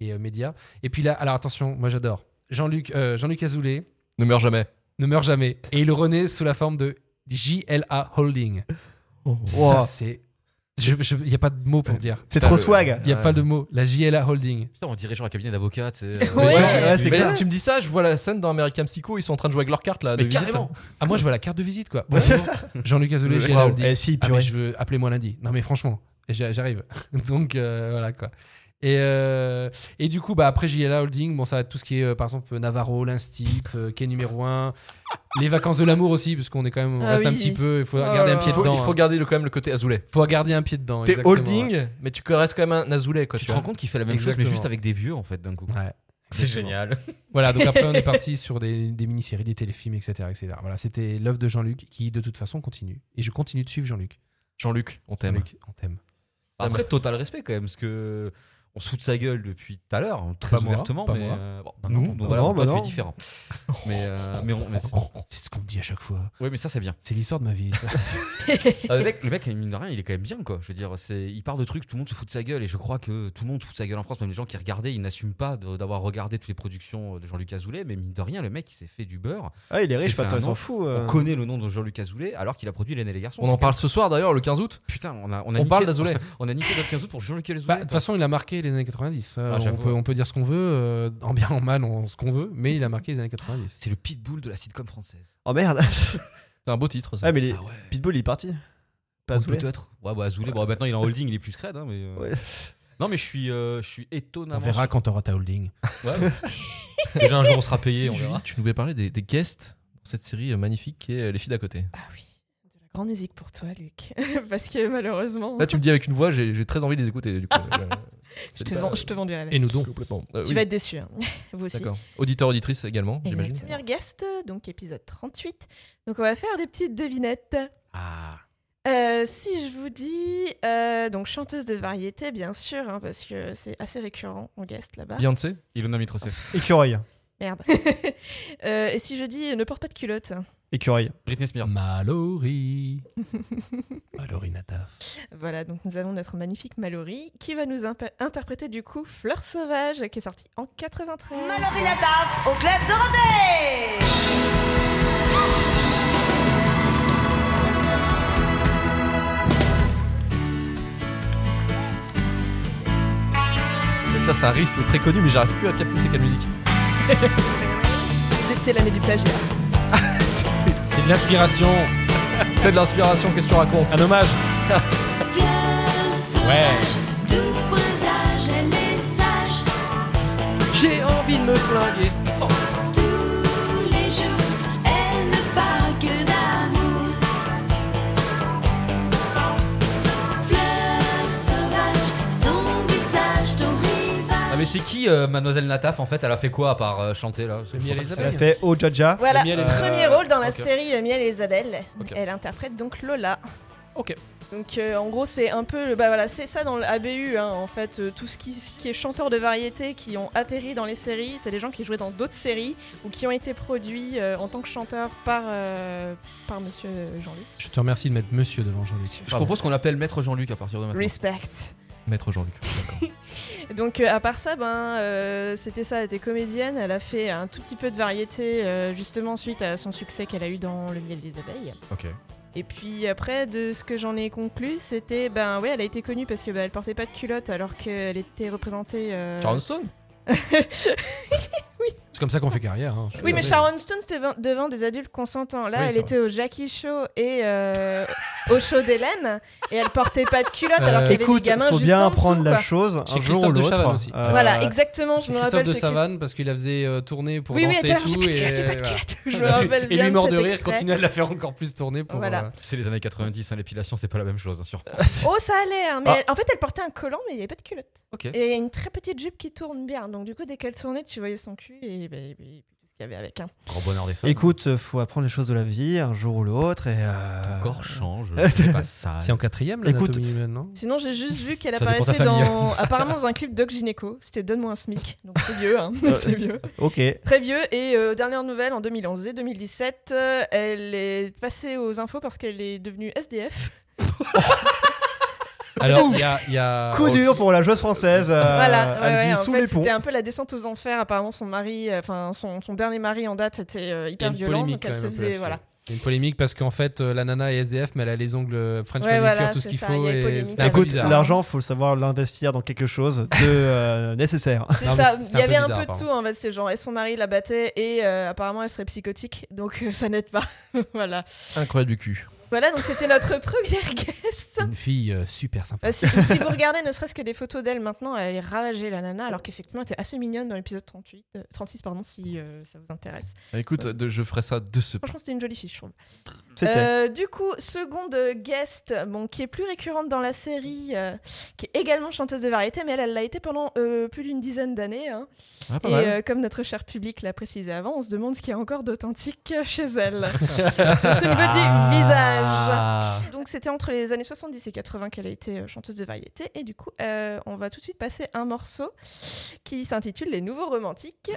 et euh, médias. Et puis là, alors attention, moi j'adore Jean-Luc euh, Jean-Luc Azoulay Ne meurs jamais. ne meurt jamais et il renaît sous la forme de JLA Holding. Ça, Wow. Euh, c'est. Il n'y a pas de mot pour dire. C'est Putain, trop le- swag Il n'y a pas de mot. La JLA Holding. Ah, Putain, on dirait genre un cabinet d'avocats. tu Ouais. sais. Mais Ouais, j'ai- ouais, c'est mais clair. tu me dis ça, je vois la scène dans American Psycho, ils sont en train de jouer avec leurs cartes là. Mais de visite. carrément. Ah, moi, je vois la carte de visite, quoi. Bon, bon. Jean-Luc Azoulay, JLA Wow. Holding. Eh, si, Ah, mais purée. je veux. Appelez-moi lundi. Non, mais franchement, j'a- j'arrive. Donc, euh, voilà, quoi. Et, euh, et du coup, bah, après JLA Holding, bon, ça va être tout ce qui est, euh, par exemple, Navarro, l'Instit, euh, Quai numéro 1, les vacances de l'amour aussi, parce qu'on est quand même. On Ah reste un oui. petit peu. Il faut Oh garder là un là. pied Il faut, dedans. il faut hein. garder le- quand même le côté azoulé. Faut garder un pied dedans. T'es exactement. holding, mais tu restes quand même un azoulé quoi. Tu Tu te vois. rends compte qu'il fait la même chose, mais Exactement. juste avec des vieux en fait d'un coup. Ouais. C'est génial. Voilà, donc après on est parti sur des, des mini-séries, des téléfilms, etc. etc. Voilà, c'était l'œuvre de Jean-Luc qui de toute façon continue. Et je continue de suivre Jean-Luc. Jean-Luc, on t'aime. Jean-Luc, on t'aime. Après, total respect quand même, parce que on se fout de sa gueule depuis tout à l'heure, hein, très Pas moi, ouvertement. pas mais, moi. euh, bon, Non, donc pas voilà, moi, toi, bah tu non. es différent. mais, euh, mais, on- mais- Oh, C'est ce qu'on me dit à chaque fois. ouais, mais ça, c'est bien. C'est l'histoire de ma vie. ça. Euh, le, mec, le mec, mine de rien, il est quand même bien, quoi. Je veux dire, c'est- il part de trucs, tout le monde se fout de sa gueule, et je crois que tout le monde se fout de sa gueule en France. Même les gens qui regardaient, ils n'assument pas de- d'avoir regardé toutes les productions de Jean-Luc Azoulay, mais mine de rien, le mec, il s'est fait du beurre. Ah, il est C'est riche, pas fait toi, un il s'en nom. fout. On euh. connaît le nom de Jean-Luc Azoulay, alors qu'il a produit L'aîné et les garçons. On en parle ce soir d'ailleurs, le 15 août. Putain, on a, on a On niqué- parle d'Azoulay. On a niqué notre 15 août pour Jean-Luc Azoulay. Bah, De toute façon, il a marqué les années 90. Euh, Ah, on, j'avoue. peut, on peut dire ce qu'on veut, euh, en bien, en mal, on- ce qu'on veut, mais il a marqué les années 90. c'est le pitbull de la sitcom française. Oh merde Ah C'est un beau titre ça. Ah, mais les- Ah ouais. Pitbull, il est parti. Pas Ou Azoulay. Peut-être. Ouais, bah, Azoulay, bon, maintenant il est en holding, il est plus scred. hein, mais, euh, Ouais. Non, mais je suis, euh, je suis étonnamment. On verra quand t'auras ta holding. sur- Déjà un jour on sera payé, on Julie, verra. tu nous avais parlé des, des guests dans cette série euh, magnifique qui est euh, Les filles d'à côté. Ah oui, de la grande musique pour toi, Luc. Parce que malheureusement, Là, tu me dis avec une voix, j'ai j'ai très envie de les écouter. Du coup, Euh, je, te vends, je te vends du rêve. Et nous donc. tu vas être déçu, hein. vous aussi. Bah D'accord. Auditeur, auditrice également, Et j'imagine. notre premier guest, donc épisode 38. Donc on va faire des petites devinettes. Ah, Euh, si je vous dis, euh, donc chanteuse de variété, bien sûr, hein, parce que c'est assez récurrent en guest là-bas. Beyoncé Ilona Mitrosé. Écureuil. Merde. Euh, et si je dis, ne porte pas de culotte. Écureuil. Britney Spears. Mallory. Mallory Nataf. Voilà, donc nous avons notre magnifique Mallory qui va nous imp- interpréter du coup Fleur sauvage, qui est sortie en 93. Mallory Nataf au club Dorothée. Ça, c'est un riff très connu, mais j'arrive plus à capter c'est quelle musique. C'était l'année du plagiat. C'est de l'inspiration. C'est de l'inspiration, qu'est-ce que tu racontes Un hommage. Fleur sauvage, doux présage, elle est sage J'ai envie de me flinguer. tous les jours. Elle ne parle que d'amour. Fleur sauvage, son visage, ton Ah, rivage. mais c'est qui euh, Mademoiselle Nataf en fait Elle a fait quoi à part euh, chanter là Le miel et les Elle a abeilles. fait Oh Jaja. Voilà, Miel et- premier rôle dans la ok. série Miel et Isabelle. Ok. Elle interprète donc Lola. Ok. Donc euh, en gros c'est un peu le- bah voilà c'est ça dans le ABU hein, en fait euh, tout ce qui, ce qui est chanteur de variété qui ont atterri dans les séries c'est des gens qui jouaient dans d'autres séries ou qui ont été produits euh, en tant que chanteurs par euh, par Monsieur Jean-Luc Je te remercie de mettre monsieur devant Jean-Luc. Je propose qu'on l'appelle Maître Jean-Luc à partir de maintenant. Respect Maître Jean-Luc. D'accord. Donc euh, à part ça, ben euh, c'était ça, elle était comédienne, elle a fait un tout petit peu de variété euh, justement suite à son succès qu'elle a eu dans Le miel des abeilles. Ok. Et puis après, de ce que j'en ai conclu, c'était ben ouais, elle a été connue parce que ben, elle portait pas de culotte alors qu'elle était représentée. euh, Charleston C'est comme ça qu'on fait carrière. hein. Je suis Oui, mais désolé. Sharon Stone, c'était vin- devant des adultes consentants. Là, Oui, elle c'est était au Jackie Show et euh, au show d'Hélène et elle portait pas de culotte alors Euh, qu'il y avait des Écoute, gamins faut juste bien en dessous, prendre la quoi. chose un Chez jour ou Christophe de Chavannes l'autre. aussi. euh, voilà, exactement, je Chez me Christophe rappelle de ce que- Savane parce qu'il la faisait euh, tourner pour Oui, oui, danser elle était là, et tout. j'ai pas de culotte, et, j'ai pas de voilà. culotte. Je me rappelle et bien lui mort de cet rire extrait. continuait de la faire encore plus tourner pour. euh, Voilà. C'est les années 90, hein, l'épilation, c'est pas la même chose, hein, sur Oh, ça a l'air, mais Ah. elle- en fait, elle portait un collant, mais il n'y avait pas de culotte. Ok. Et il y a une très petite jupe qui tourne bien, donc du coup, dès qu'elle tournait, tu voyais son cul et, bah, et puis tout ce qu'il y avait avec. Hein. Mm. Grand bonheur des femmes. Écoute, euh, faut apprendre les choses de la vie un jour ou l'autre et euh, Ton corps change, c'est pas ça. C'est en quatrième Écoute- l'anatomie humaine, non Sinon, j'ai juste vu qu'elle Ça dépend de ta apparaissait dans, hein. apparemment dans un clip Doc Gynéco. C'était Donne-moi un SMIC. Donc c'est vieux, hein. c'est vieux. OK. Très vieux. Et euh, dernière nouvelle, en 2011 et 2017, euh, elle est passée aux infos parce qu'elle est devenue SDF. Alors, il y a. il y Ah, a- Coup dur pour la joueuse française. euh, voilà. ouais, elle ouais, vit en sous fait, les ponts. C'était un peu la descente aux enfers. Apparemment, son mari, euh, enfin son, son dernier mari en date, était euh, il y a hyper une violent. polémique Donc quand même elle se un peu faisait. là-dessus. Voilà. Il y a une polémique parce qu'en fait, euh, la nana est SDF, mais elle a les ongles euh, French Ouais, manicure, voilà, tout ce c'est qu'il ça, faut. il y a une Et polémique c'est un peu avec Écoute, bizarre. l'argent, faut le savoir l'investir dans quelque chose de euh, nécessaire. C'est Ah, Non, mais ça, c'est- c'est il y un peu avait un bizarre, peu de tout en fait, ces gens. Et son mari la battait et euh, apparemment elle serait psychotique, donc euh, ça n'aide pas. voilà. Incroyable du cul. Voilà, donc c'était notre première guest. Une fille euh, super sympa. Euh, si, si vous regardez ne serait-ce que des photos d'elle maintenant, elle est ravagée la nana, alors qu'effectivement elle était assez mignonne dans l'épisode 38, euh, 36, pardon, si euh, ça vous intéresse. Bah, écoute, de- je ferai ça de ce pas. Franchement, c'était une jolie fille, je trouve. C'était. Euh, du coup, seconde guest, bon, qui est plus récurrente dans la série, euh, qui est également chanteuse de variété, mais elle, elle l'a été pendant euh, plus d'une dizaine d'années. hein. Ah, pas Et mal. euh, comme notre cher public l'a précisé avant, on se demande ce qu'il y a encore d'authentique chez elle, surtout au niveau Ah. du visage. Donc c'était entre les années 70 et 80 qu'elle a été euh, chanteuse de variété. Et du coup, euh, on va tout de suite passer un morceau qui s'intitule Les Nouveaux Romantiques.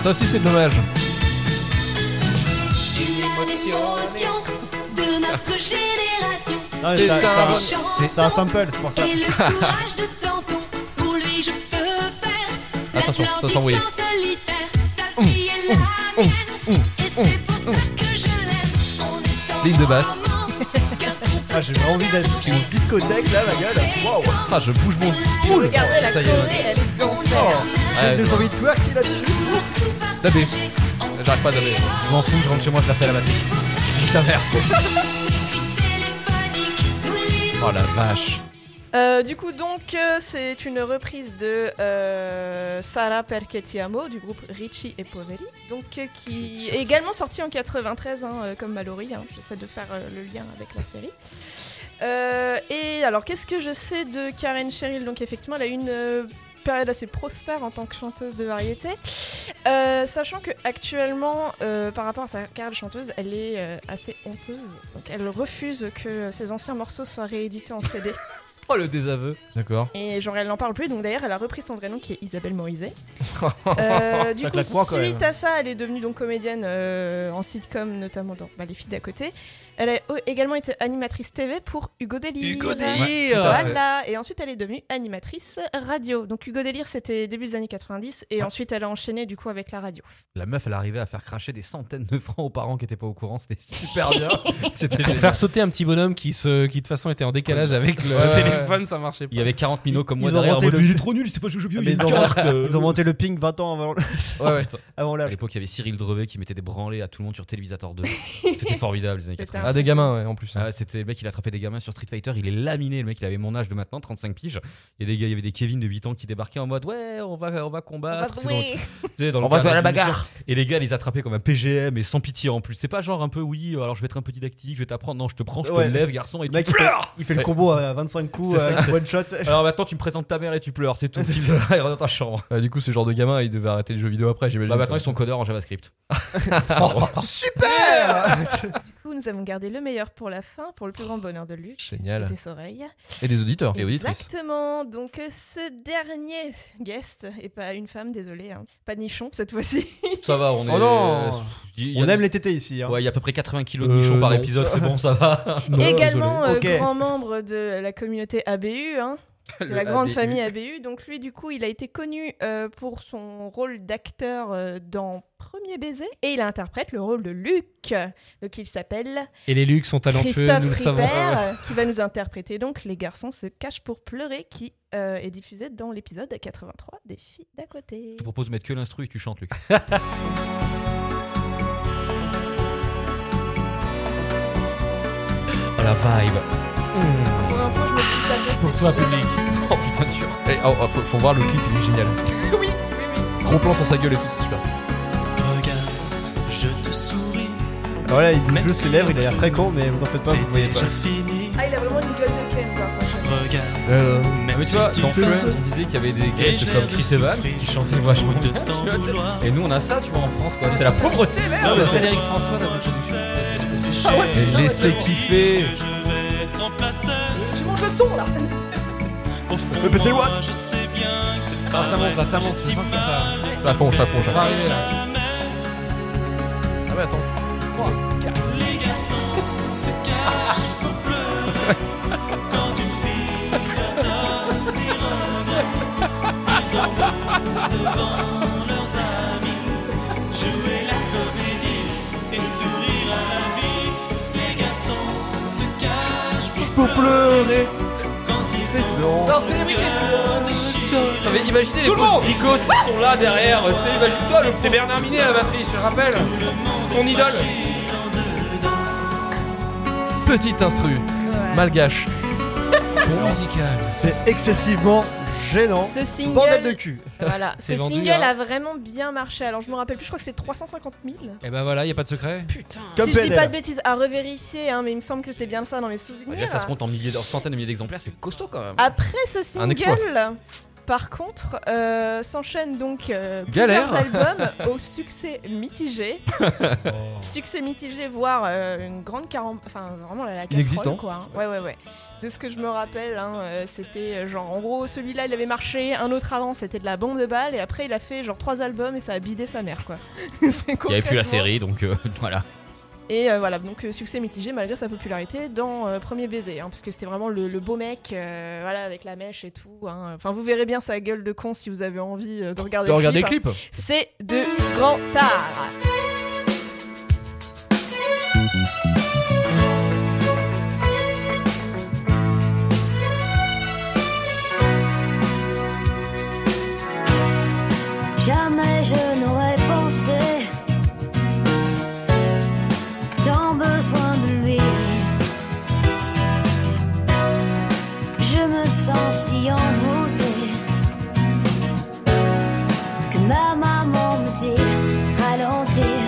Ça aussi, c'est dommage. L'émotion de notre génération. Non, mais c'est Ah, ça- un- ça- Les chansons C'est un sample, c'est pour ça. Et le courage de Danton, pour lui je peux faire. Attention, ça l'Atlantique s'embrouille. en solitaire. Sa fille est la mienne, et c'est pour ça que je l'aime. On est en Ligne de basse. romance, car on Ah, j'ai vraiment envie d'être dans une discothèque là, la gueule. Waouh. Ah, je bouge mon Oh. peut cul. Regardez la Ça y Corée, est. elle est dans J'ai Ouais, des envies de twerker là-dessus. Dabé. J'arrive pas à daber. Je m'en fous, je rentre chez moi, je la fais à la batterie. Ça merde. Oh la vache. Euh, du coup, donc, euh, c'est une reprise de euh, Sara Perchettiamo du groupe Ricci et Poveri, donc euh, qui est également sortie en 93, hein, euh, comme Mallory. hein. J'essaie de faire euh, le lien avec la série. Euh, et alors, qu'est-ce que je sais de Karen Cheryl Donc, effectivement, elle a eu une euh, période assez prospère en tant que chanteuse de variété, Euh, sachant que actuellement, euh, par rapport à sa carrière de chanteuse, elle est euh, assez honteuse. Donc, elle refuse que ses anciens morceaux soient réédités en CD. Oh le désaveu. D'accord. Et genre, elle n'en parle plus, donc d'ailleurs, elle a repris son vrai nom qui est Isabelle Morizet. Euh, du Ça coup, claque moins, quand suite même. à ça, elle est devenue donc comédienne euh, en sitcom, notamment dans bah, Les filles d'à côté. Elle a au- également été animatrice TV pour Hugo Délire. Hugo euh, Délire Voilà Et ensuite, elle est devenue animatrice radio. Donc, Hugo Délire, c'était début des années 90, et ensuite, elle a enchaîné du coup avec la radio. La meuf, elle arrivait à faire cracher des centaines de francs aux parents qui étaient pas au courant, c'était super bien. c'était Pour génial. faire sauter un petit bonhomme qui, se, qui de toute façon était en décalage avec le Ouais. téléphone, ça marchait pas. Il y avait 40 minots comme moi Ils ont derrière. en monté mode, le- Mais Il est trop nul, il sait pas jouer aux jeux vidéo, Mais il ils, a ont, une carte. ils ont monté le ping 20 ans avant, Ouais, ouais. avant À l'âge. l'époque, il y avait Cyril Drevet qui mettait des branlées à tout le monde sur Télévisateur 2. C'était formidable les années C'était 80. Ah, des gamins, ouais, en plus. Ah, c'était le mec, il attrapait des gamins sur Street Fighter, il est laminé. Le mec, il avait mon âge de maintenant, 35 piges. Il y, a des gars, il y avait des Kevin de 8 ans qui débarquaient en mode Ouais, on va, on va combattre. tu sais, dans le- tu sais, dans le cadre d'une Et les gars, ils attrapaient comme un PGM et sans pitié en plus. C'est pas genre un peu oui, euh, alors je vais être un peu didactique, je vais t'apprendre. Non, je te prends, je Ouais. te lève, garçon, et Le mec, tu il fait, pleures. il fait le Ouais. combo à 25 coups C'est ça. avec one shot. Alors maintenant, tu me présentes ta mère et tu pleures, c'est tout. Tu vas dans ta chambre. Ah, du coup, ce genre de gamins, ils devaient arrêter les jeux vidéo après, j'imagine. Bah maintenant, ils sont codeurs en JavaScript. Du coup, nous avons gardé le meilleur pour la fin, pour le plus grand bonheur de Luc. Et Génial. des oreilles. Et des auditeurs et auditrices. Exactement. Donc euh, ce dernier guest, et pas une femme, désolé, hein. pas de nichon cette fois-ci. Ça va, on est. euh, Oh non. Il y a- On aime les tétés ici. Hein. Ouais, il y a à peu près 80 kilos de Euh, nichons par non. épisode, c'est bon, ça va. Oh, Également euh, Ok. grand membre de la communauté ABU, hein, de la Ah, grande famille ABU. Donc lui, du coup, il a été connu euh, pour son rôle d'acteur euh, dans Premier baiser et il interprète le rôle de Luc. Donc il s'appelle Et les Lucs sont talentueux, Christophe nous le savons. Ribert, euh, qui va nous interpréter donc Les garçons se cachent pour pleurer, qui euh, est diffusé dans l'épisode 83 des filles d'à côté. Je te propose de mettre que l'instru et tu chantes, Luc. oh la vibe. Pour info, je me suis tapé cet Pour toi, épisode. public. Oh putain, dur. Eh, oh, oh, faut, faut voir le clip, il est génial. oui, oui, oui. Gros plan sur sa gueule et tout, c'est super. Regarde, je te souris. Alors là, Bah il bouge juste les lèvres, il a l'air très con, mais vous en faites pas, C'est vous voyez pas. déjà fini. Ah, il a vraiment une gueule de Ken, quoi. franchement. Regarde, Ah, même mais tu vois, si dans tu Friends, on disait qu'il y avait des je guests l'ai comme de Chris Evans souffrir, qui chantaient vachement de bien. tu t'en vois, tu sais. vouloir. Et nous, on a ça, tu vois, en France, quoi. C'est la pauvreté, merde. Non, mais C'est c'est- Eric François, Moi, je d'habitude. sais de tricher. Ah ouais, Et putain, laissez ouais, kiffer. Je vais te remplacer. Tu montes le son, là Au fond, Mais pétez-le, moi, what je sais bien que c'est Ah, pas ça monte, là, ça monte. Je suis sens que ça Ça fonce, ça fonce. ça va arriver, là. Ah ouais, attends. Les garçons se cachent pour pleurer quand une fille leur donne des regrets. Ils en veulent devant leurs amis jouer la comédie et sourire à la vie. Les garçons se cachent pour Pour pleurer, quand ils ont Sortez les briquets. T'avais imaginé les psychos qui sont là derrière. Tu sais, imagine-toi, le- c'est Bernard Minet à la batterie, je te rappelle. Ton idole. Petite instru, malgache. musical. c'est excessivement gênant. Ce single, Bordel de cul. voilà, ce C'est vendu, single hein. a vraiment bien marché. Alors je me rappelle plus, je crois que c'est 350 000. Et ben voilà, y a pas de secret. Comme Ben, si je dis PNL. pas de bêtises, à revérifier, hein, mais il me semble que c'était bien ça dans mes souvenirs. Là, ça se compte en milliers, en centaines de milliers d'exemplaires, c'est costaud quand même. Après ce Un exploit. single, par contre, euh, s'enchaînent donc euh, Galère. plusieurs albums au succès mitigé. Succès mitigé, voire euh, une grande carambe. Enfin, vraiment la, la casserole, Inexistant. quoi. hein. Ouais, ouais, ouais. De ce que je me rappelle, hein, euh, c'était euh, genre, en gros, celui-là, il avait marché, un autre avant, c'était de la bombe de balles, et après, il a fait genre trois albums et ça a bidé sa mère, quoi. Il n'y avait plus la série, donc euh, voilà. Et euh, voilà, donc euh, succès mitigé malgré sa popularité dans euh, Premier Baiser, hein, parce que c'était vraiment le, le beau mec, euh, voilà, avec la mèche et tout. hein. Enfin, vous verrez bien sa gueule de con si vous avez envie euh, de regarder Tu le regardes les clip. clips C'est de grand art. Jamais je n'aurais pensé tant besoin de lui. Je me sens si envoûtée que ma maman me dit ralentis,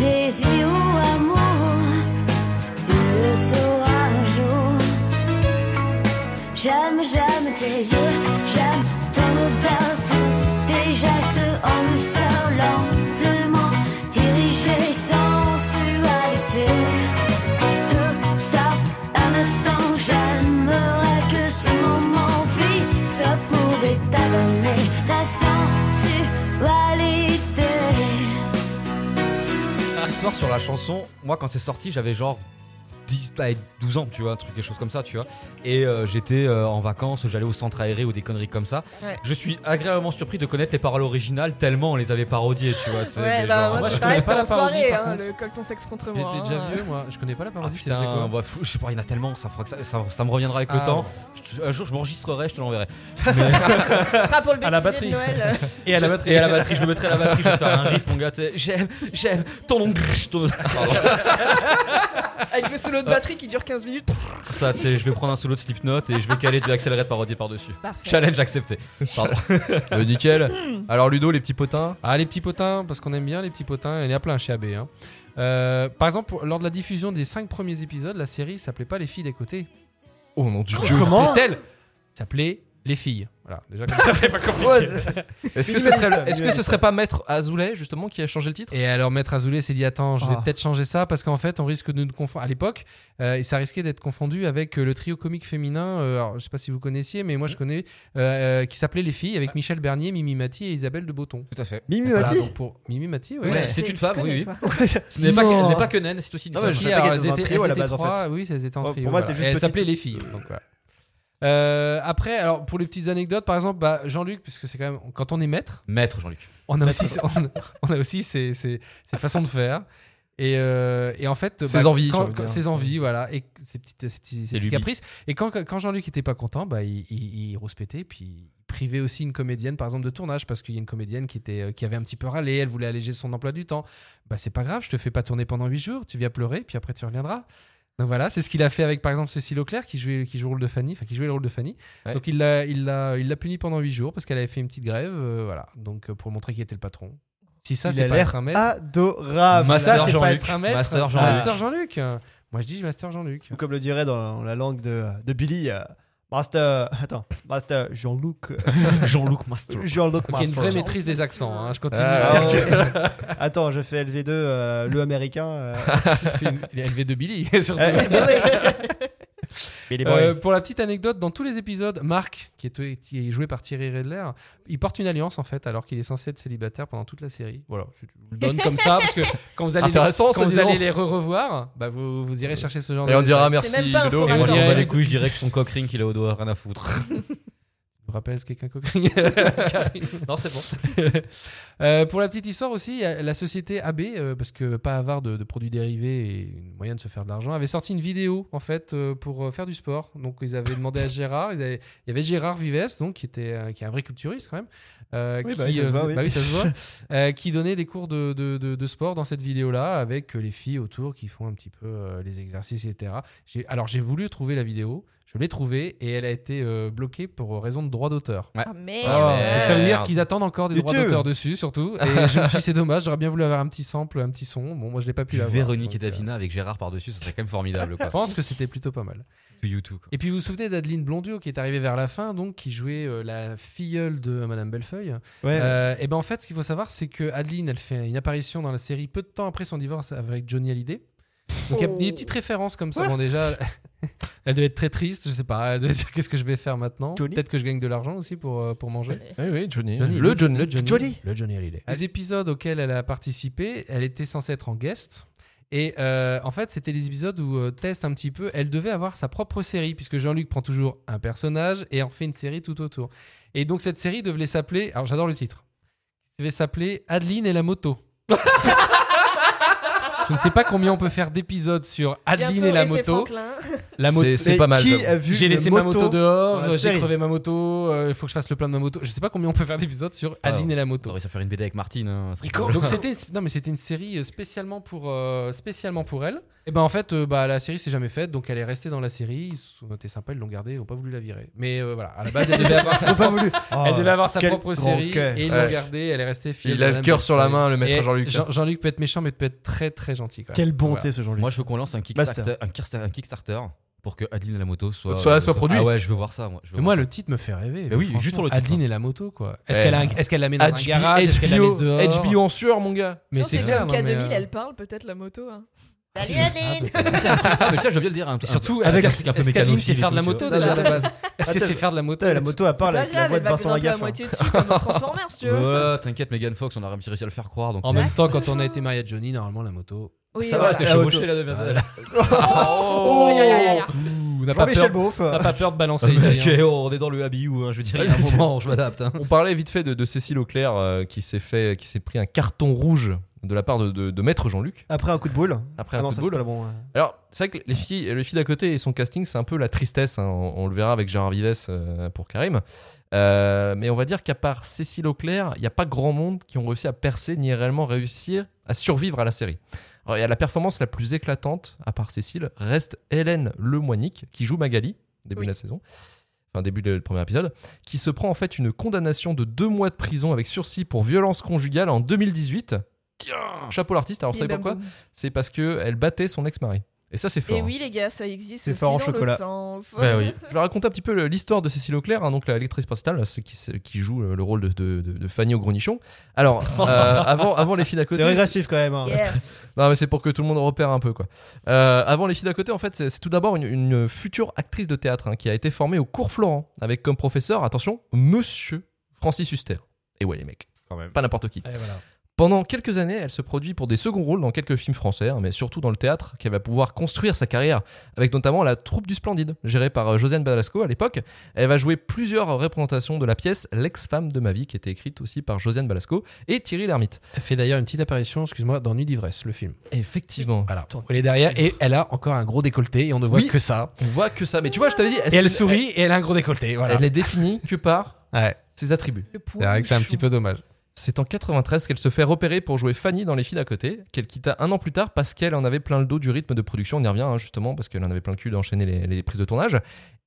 les yeux ou amour, tu le sauras un jour. J'aime, j'aime tes yeux, j'aime ton odeur, tout déjà ce en le sol lentement, dirigé sensualité. Euh, Stop, un instant, j'aimerais que ce moment vide se pouvait t'abonner ta sensualité. Petite Histoire sur la chanson, moi quand c'est sorti, j'avais genre 10, bah, 12 ans, tu vois, un truc, quelque chose comme ça, tu vois. Et euh, j'étais euh, en vacances, j'allais au centre aéré ou des conneries comme ça. Ouais. Je suis agréablement surpris de connaître les paroles originales tellement on les avait parodiées, tu vois. tu sais, Ouais, mais bah, genre, moi, moi, c'est je pareil, connais c'était pas la en parodie. soirée, par hein, contre. le colton sexe contre moi. J'étais hein. déjà vieux, moi. Je connais pas la Ah parodie. c'était putain, bah, fou, je sais pas, il y en a tellement, ça, fera que ça, ça- ça me reviendra avec Ah. le temps. Je- un jour, je m'enregistrerai, je te l'enverrai. Ce sera pour le À la bêtisier de Noël. Et à la Je- batterie. Et à la batterie, je me mettrai à la batterie, je vais faire un riff, mon gars. tu sais, J'aime, j'aime, ton nom. ton- Pardon. euh, avec le solo de batterie qui dure 15 minutes. Ça, c'est, je vais prendre un solo de Slipknot et je vais caler du accéléré de parodie par-dessus. Parfait. Challenge accepté. Pardon. Euh, Nickel. Alors Ludo, les petits potins. Ah, les petits potins, parce qu'on aime bien les petits potins, il y en a plein chez AB. hein. Euh, par exemple, pour- lors de la diffusion des 5 premiers épisodes, la série s'appelait pas Les filles des côtés. Oh non du Dieu. Comment C'était elle s'appelait Les filles. Voilà, déjà comme ça, c'est pas compliqué. Ouais, c'est- Est-ce que, ce serait, est-ce que ce serait pas Maître Azoulay justement qui a changé le titre Et alors, Maître Azoulay s'est dit Attends, je vais Ah. peut-être changer ça parce qu'en fait, on risque de nous confondre. À l'époque, euh, et ça risquait d'être confondu avec euh, le trio comique féminin. euh, alors, je sais pas si vous connaissiez, mais moi je connais, euh, euh, qui s'appelait Les filles avec Michel Bernier, Mimi Mati et Isabelle de Botton. Tout à fait. Mimi Voilà, Mati donc pour Mimi Mati, ouais. Oui, c'est une femme, oui, oui. Ce n'est pas, que- ce n'est pas que naine, c'est aussi une Non, femme. mais je Si, savais pas alors, qu'elles étaient elles dans un étaient- trio à elles la étaient base, en trois, fait. Oui, elles étaient en Ouais, trio. pour moi, voilà. t'es juste Et Elles petite. s'appelaient les filles. donc voilà. Euh, après, alors pour les petites anecdotes, par exemple, bah, Jean-Luc, puisque c'est quand même quand on est maître, Maître Jean-Luc. on Bah, a aussi, on, on a aussi ses, ses- ses façons de faire. Et, euh, et en fait, Ses envies, j'ai quand- envie de quand- dire. ses envies, voilà, et ses petites, ses petits, ses petits lubies. caprices. Et quand, quand Jean-Luc était pas content, bah, il, il, il rouspétait, puis il privait aussi une comédienne, par exemple, de tournage, parce qu'il y a une comédienne qui était, euh, qui avait un petit peu râlé, elle voulait alléger son emploi du temps. Bah, c'est pas grave, je te fais pas tourner pendant 8 jours, tu viens pleurer, puis après tu reviendras. Donc voilà, c'est ce qu'il a fait avec par exemple Cécile Auclair qui jouait, qui joue le rôle de Fanny, enfin qui jouait le rôle de Fanny. Ouais. Donc il l'a, il l'a, il l'a puni pendant 8 jours parce qu'elle avait fait une petite grève, euh, voilà. Donc euh, pour montrer qui était le patron. Si ça, Il c'est a pas l'air Ah, être un maître. adorable. si ça, Master c'est pas Jean-Luc. être un maître. Master Jean-Luc. Master Jean-Luc. Moi, je dis Master Jean-Luc. Ou comme le dirait dans la langue de, de Billy, euh, Master. Attends, Master Jean-Luc. euh, Jean-Luc Master. Jean-Luc Ok, une Master. Euh, vraie maîtrise des accents. hein, Je continue. Ah, à dire Attends, je fais LV2, euh, le américain. euh, que- Fait une- Il est élevé de Billy, surtout. euh, Billy. Eh Billy ben Boy. Euh, pour la petite anecdote, dans tous les épisodes, Marc, qui est, qui est joué par Thierry Redler, il porte une alliance en fait, alors qu'il est censé être célibataire pendant toute la série. Voilà, je je vous le donne comme ça, parce que quand vous allez, Intéressant, les, ça, quand dis vous allez donc. les re-revoir, bah, vous, vous irez chercher ce genre de. Et on dira détails. merci, même pas un Ludo. faux Et moi, je Direct. bats les couilles, je dirais que son cock ring, il a au doigt, rien à foutre. Je me rappelle ce qu'est qu'un coquin. Karim. non, c'est bon. Euh, pour la petite histoire aussi, euh, la société AB, euh, parce que pas avare de, de produits dérivés et moyen de se faire de l'argent, avait sorti une vidéo en fait euh, pour euh, faire du sport. Donc ils avaient demandé à Gérard, ils avaient- il y avait Gérard Vives, donc qui était euh, qui est un vrai culturiste quand même, euh, Oui, qui, bah oui, ça se euh, voit, faisait- oui. bah oui, ça se voit, euh, qui donnait des cours de, de- de- de sport dans cette vidéo là avec euh, les filles autour qui font un petit peu euh, les exercices etc. J'ai- Alors j'ai voulu trouver la vidéo, je l'ai trouvée et elle a été euh, bloquée pour raison de droit d'auteur. Ah, merde. Ah, Donc, merde. ça veut dire qu'ils attendent encore des droits YouTube. d'auteur dessus, surtout. Et je me suis dit, c'est dommage, j'aurais bien voulu avoir un petit sample, un petit son. Bon, moi, je l'ai pas pu l'avoir. Véronique et donc, euh, Davina avec Gérard par-dessus, ça serait quand même formidable. Quoi. Je pense que c'était plutôt pas mal. que YouTube. Quoi. Et puis, vous vous souvenez d'Adeline Blondiot qui est arrivée vers la fin, donc qui jouait euh, la filleule de euh, Madame Bellefeuille. Ouais, Euh, et ben en fait, ce qu'il faut savoir, c'est que Adeline, elle fait une apparition dans la série peu de temps après son divorce avec Johnny Hallyday. Donc il y a des petites références comme ça. Bon, déjà, elle devait être très triste, je sais pas. Elle devait se dire qu'est-ce que je vais faire maintenant. Johnny Peut-être que je gagne de l'argent aussi pour, euh, pour manger. Oui, oui, Johnny. Johnny. Le Johnny. Le Johnny. Johnny. Le Johnny Hallyday. Les épisodes auxquels elle a participé, elle était censée être en guest. Et euh, en fait, c'était les épisodes où euh, test un petit peu. Elle devait avoir sa propre série, puisque Jean-Luc prend toujours un personnage et en fait une série tout autour. Et donc, cette série devait s'appeler. Alors, j'adore le titre. Elle devait s'appeler Adeline et la moto. Je ne sais pas combien on peut faire d'épisodes sur Adeline Bientôt, et la c'est moto. Franklin. La moto. C'est c'est Mais pas mal. Qui j'avoue. a vu J'ai le laissé ma moto dans dehors, la j'ai série crevé ma moto, euh, il faut que je fasse le plein de ma moto. Je ne sais pas combien on peut faire d'épisodes sur Adeline et la moto. On aurait réussi à faire une BD avec Martine. Hein, ça serait drôle. Donc c'était une- non mais c'était une série euh, spécialement pour euh, spécialement pour elle. Et ben en fait euh, bah la série s'est jamais faite donc elle est restée dans la série. Ils sont été sympas ils l'ont gardée ils n'ont pas voulu la virer. Mais euh, voilà à la base elle devait avoir sa propre, Oh, elle devait avoir sa quel propre grand série cœur. et ils Ouais. l'ont gardée elle est restée fidèle. Il a à le même cœur sur la série. main, le maître Et Jean-Luc. Jean- Jean-Luc peut être méchant mais peut être très très gentil. Quand même. Quelle bonté Voilà. ce Jean-Luc. Moi, je veux qu'on lance un Kickstarter, un, Kickstar- un Kickstarter pour que Adeline à la moto soit, Soit- soit produit. Ah ouais, je veux voir ça. Moi, je veux Mais moi voir le titre me fait rêver. Bah oui, franchement. juste pour le titre, Adeline hein. et la moto quoi. Est-ce Ouais. qu'elle a un- est-ce qu'elle la met dans un HBO, garage est-ce qu'elle la laisse dehors HBO en sueur, mon gars. Mais Sinon, c'est c'est clair. comme qu'à non, mais, 2000, euh, elle parle peut-être la moto. hein. Salut ah, Adeline peut-être. ça. Ah, mais ça, je veux bien le dire. Un, Et un- surtout, un est-ce truc qu'elle- un peu est-ce qu'Adeline mécanophile sait et faire de tout, la tu moto vois. déjà à la base Est-ce qu'elle Attends, sait faire de la moto Putain, la moto, à C'est part pas la, la grave, voix elle de va Vincent grimper à Lagaffe. hein. moitié dessus comme dans Transformers, si tu veux. Ouais, t'inquiète, Megan Fox, on a réussi à le faire croire. Donc En même temps, quand on a été marié à Johnny, normalement la moto. Oui, ça va, voilà. c'est la chevauché moto. là, demoiselle. Oh, Aïe, aïe, aïe, aïe. On n'a pas, Jean-Michel peur- Beauf. euh, on n'a pas peur de Ah, balancer mais ici. hein. ok, On est dans le habilou, hein, je veux dire, il y a un moment, je m'adapte. hein. On parlait vite fait de, de Cécile Auclair euh, qui s'est fait, qui s'est pris un carton rouge de la part de, de- de maître Jean-Luc Après un coup de boule. après Ah un non, coup de ça c'est boule. pas le bon. euh. Alors c'est vrai que les filles, les filles d'à côté et son casting, c'est un peu la tristesse. hein. On, on le verra avec Gérard Vives euh, pour Karim. Euh, mais on va dire qu'à part Cécile Auclair, il n'y a pas grand monde qui ont réussi à percer ni réellement réussir à survivre à la série. Alors, il y a la performance la plus éclatante, à part Cécile, reste Hélène Lemoinic, qui joue Magali, début Oui. de la saison, enfin début du premier épisode, qui se prend en fait une condamnation de deux mois de prison avec sursis pour violence conjugale en 2018. Chapeau l'artiste, alors vous Bim, savez bam, pourquoi boum. C'est parce que elle battait son ex-mari. Et ça, c'est fort. Et oui, les gars, ça existe C'est aussi fort en dans chocolat. l'autre sens. Bah oui. Je vais raconter un petit peu le- l'histoire de Cécile Auclair, hein, donc la lectrice principale, là, ce qui, se- qui joue euh, le rôle de, de- de- de Fanny au grenichon. Alors, euh, avant, avant les filles d'à côté. C'est régressif quand même. hein. Yes. Non, mais c'est pour que tout le monde repère un peu, quoi. Euh, avant les filles d'à côté, en fait, c'est c'est tout d'abord une, une future actrice de théâtre hein, qui a été formée au cours Florent, avec comme professeur, attention, monsieur Francis Huster. Et ouais, les mecs. Quand même. Pas n'importe qui. Et voilà. Pendant quelques années, elle se produit pour des seconds rôles dans quelques films français, hein, mais surtout dans le théâtre, qu'elle va pouvoir construire sa carrière, avec notamment la Troupe du Splendide, gérée par euh, Josiane Balasco à l'époque. Elle va jouer plusieurs représentations de la pièce L'ex-femme de ma vie, qui était écrite aussi par Josiane Balasco et Thierry Lhermitte. Elle fait d'ailleurs une petite apparition, excuse-moi, dans Nuit d'ivresse, le film. Effectivement. Voilà. Elle est derrière et elle a encore un gros décolleté et on ne voit Oui. que ça. On voit que ça. Mais tu vois, je t'avais dit. Et elle sourit et elle a un gros décolleté. Elle, Voilà. elle est définie que par Ouais. ses attributs. Le C'est vrai que c'est un petit peu dommage. C'est en 93 qu'elle se fait repérer pour jouer Fanny dans Les Filles d'à côté, qu'elle quitta un an plus tard parce qu'elle en avait plein le dos du rythme de production. On y revient hein, justement parce qu'elle en avait plein le cul d'enchaîner les, les prises de tournage.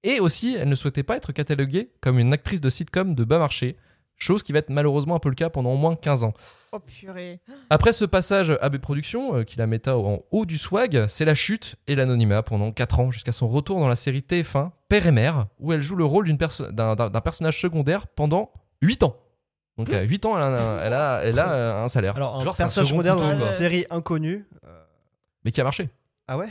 Et aussi, elle ne souhaitait pas être cataloguée comme une actrice de sitcom de bas marché, chose qui va être malheureusement un peu le cas pendant au moins 15 ans. Oh purée. Après ce passage à B Productions, euh, qui la metta en haut du swag, c'est la chute et l'anonymat pendant 4 ans, jusqu'à son retour dans la série TF1 Père et Mère, où elle joue le rôle d'une perso- d'un d'un- d'un personnage secondaire pendant 8 ans. Donc à 8 ans, elle a, un- elle a- elle a, euh, un salaire. Alors, un Genre, c'est un personnage second moderne couteau, dans une quoi. série inconnue. euh, Mais qui a marché. Ah ouais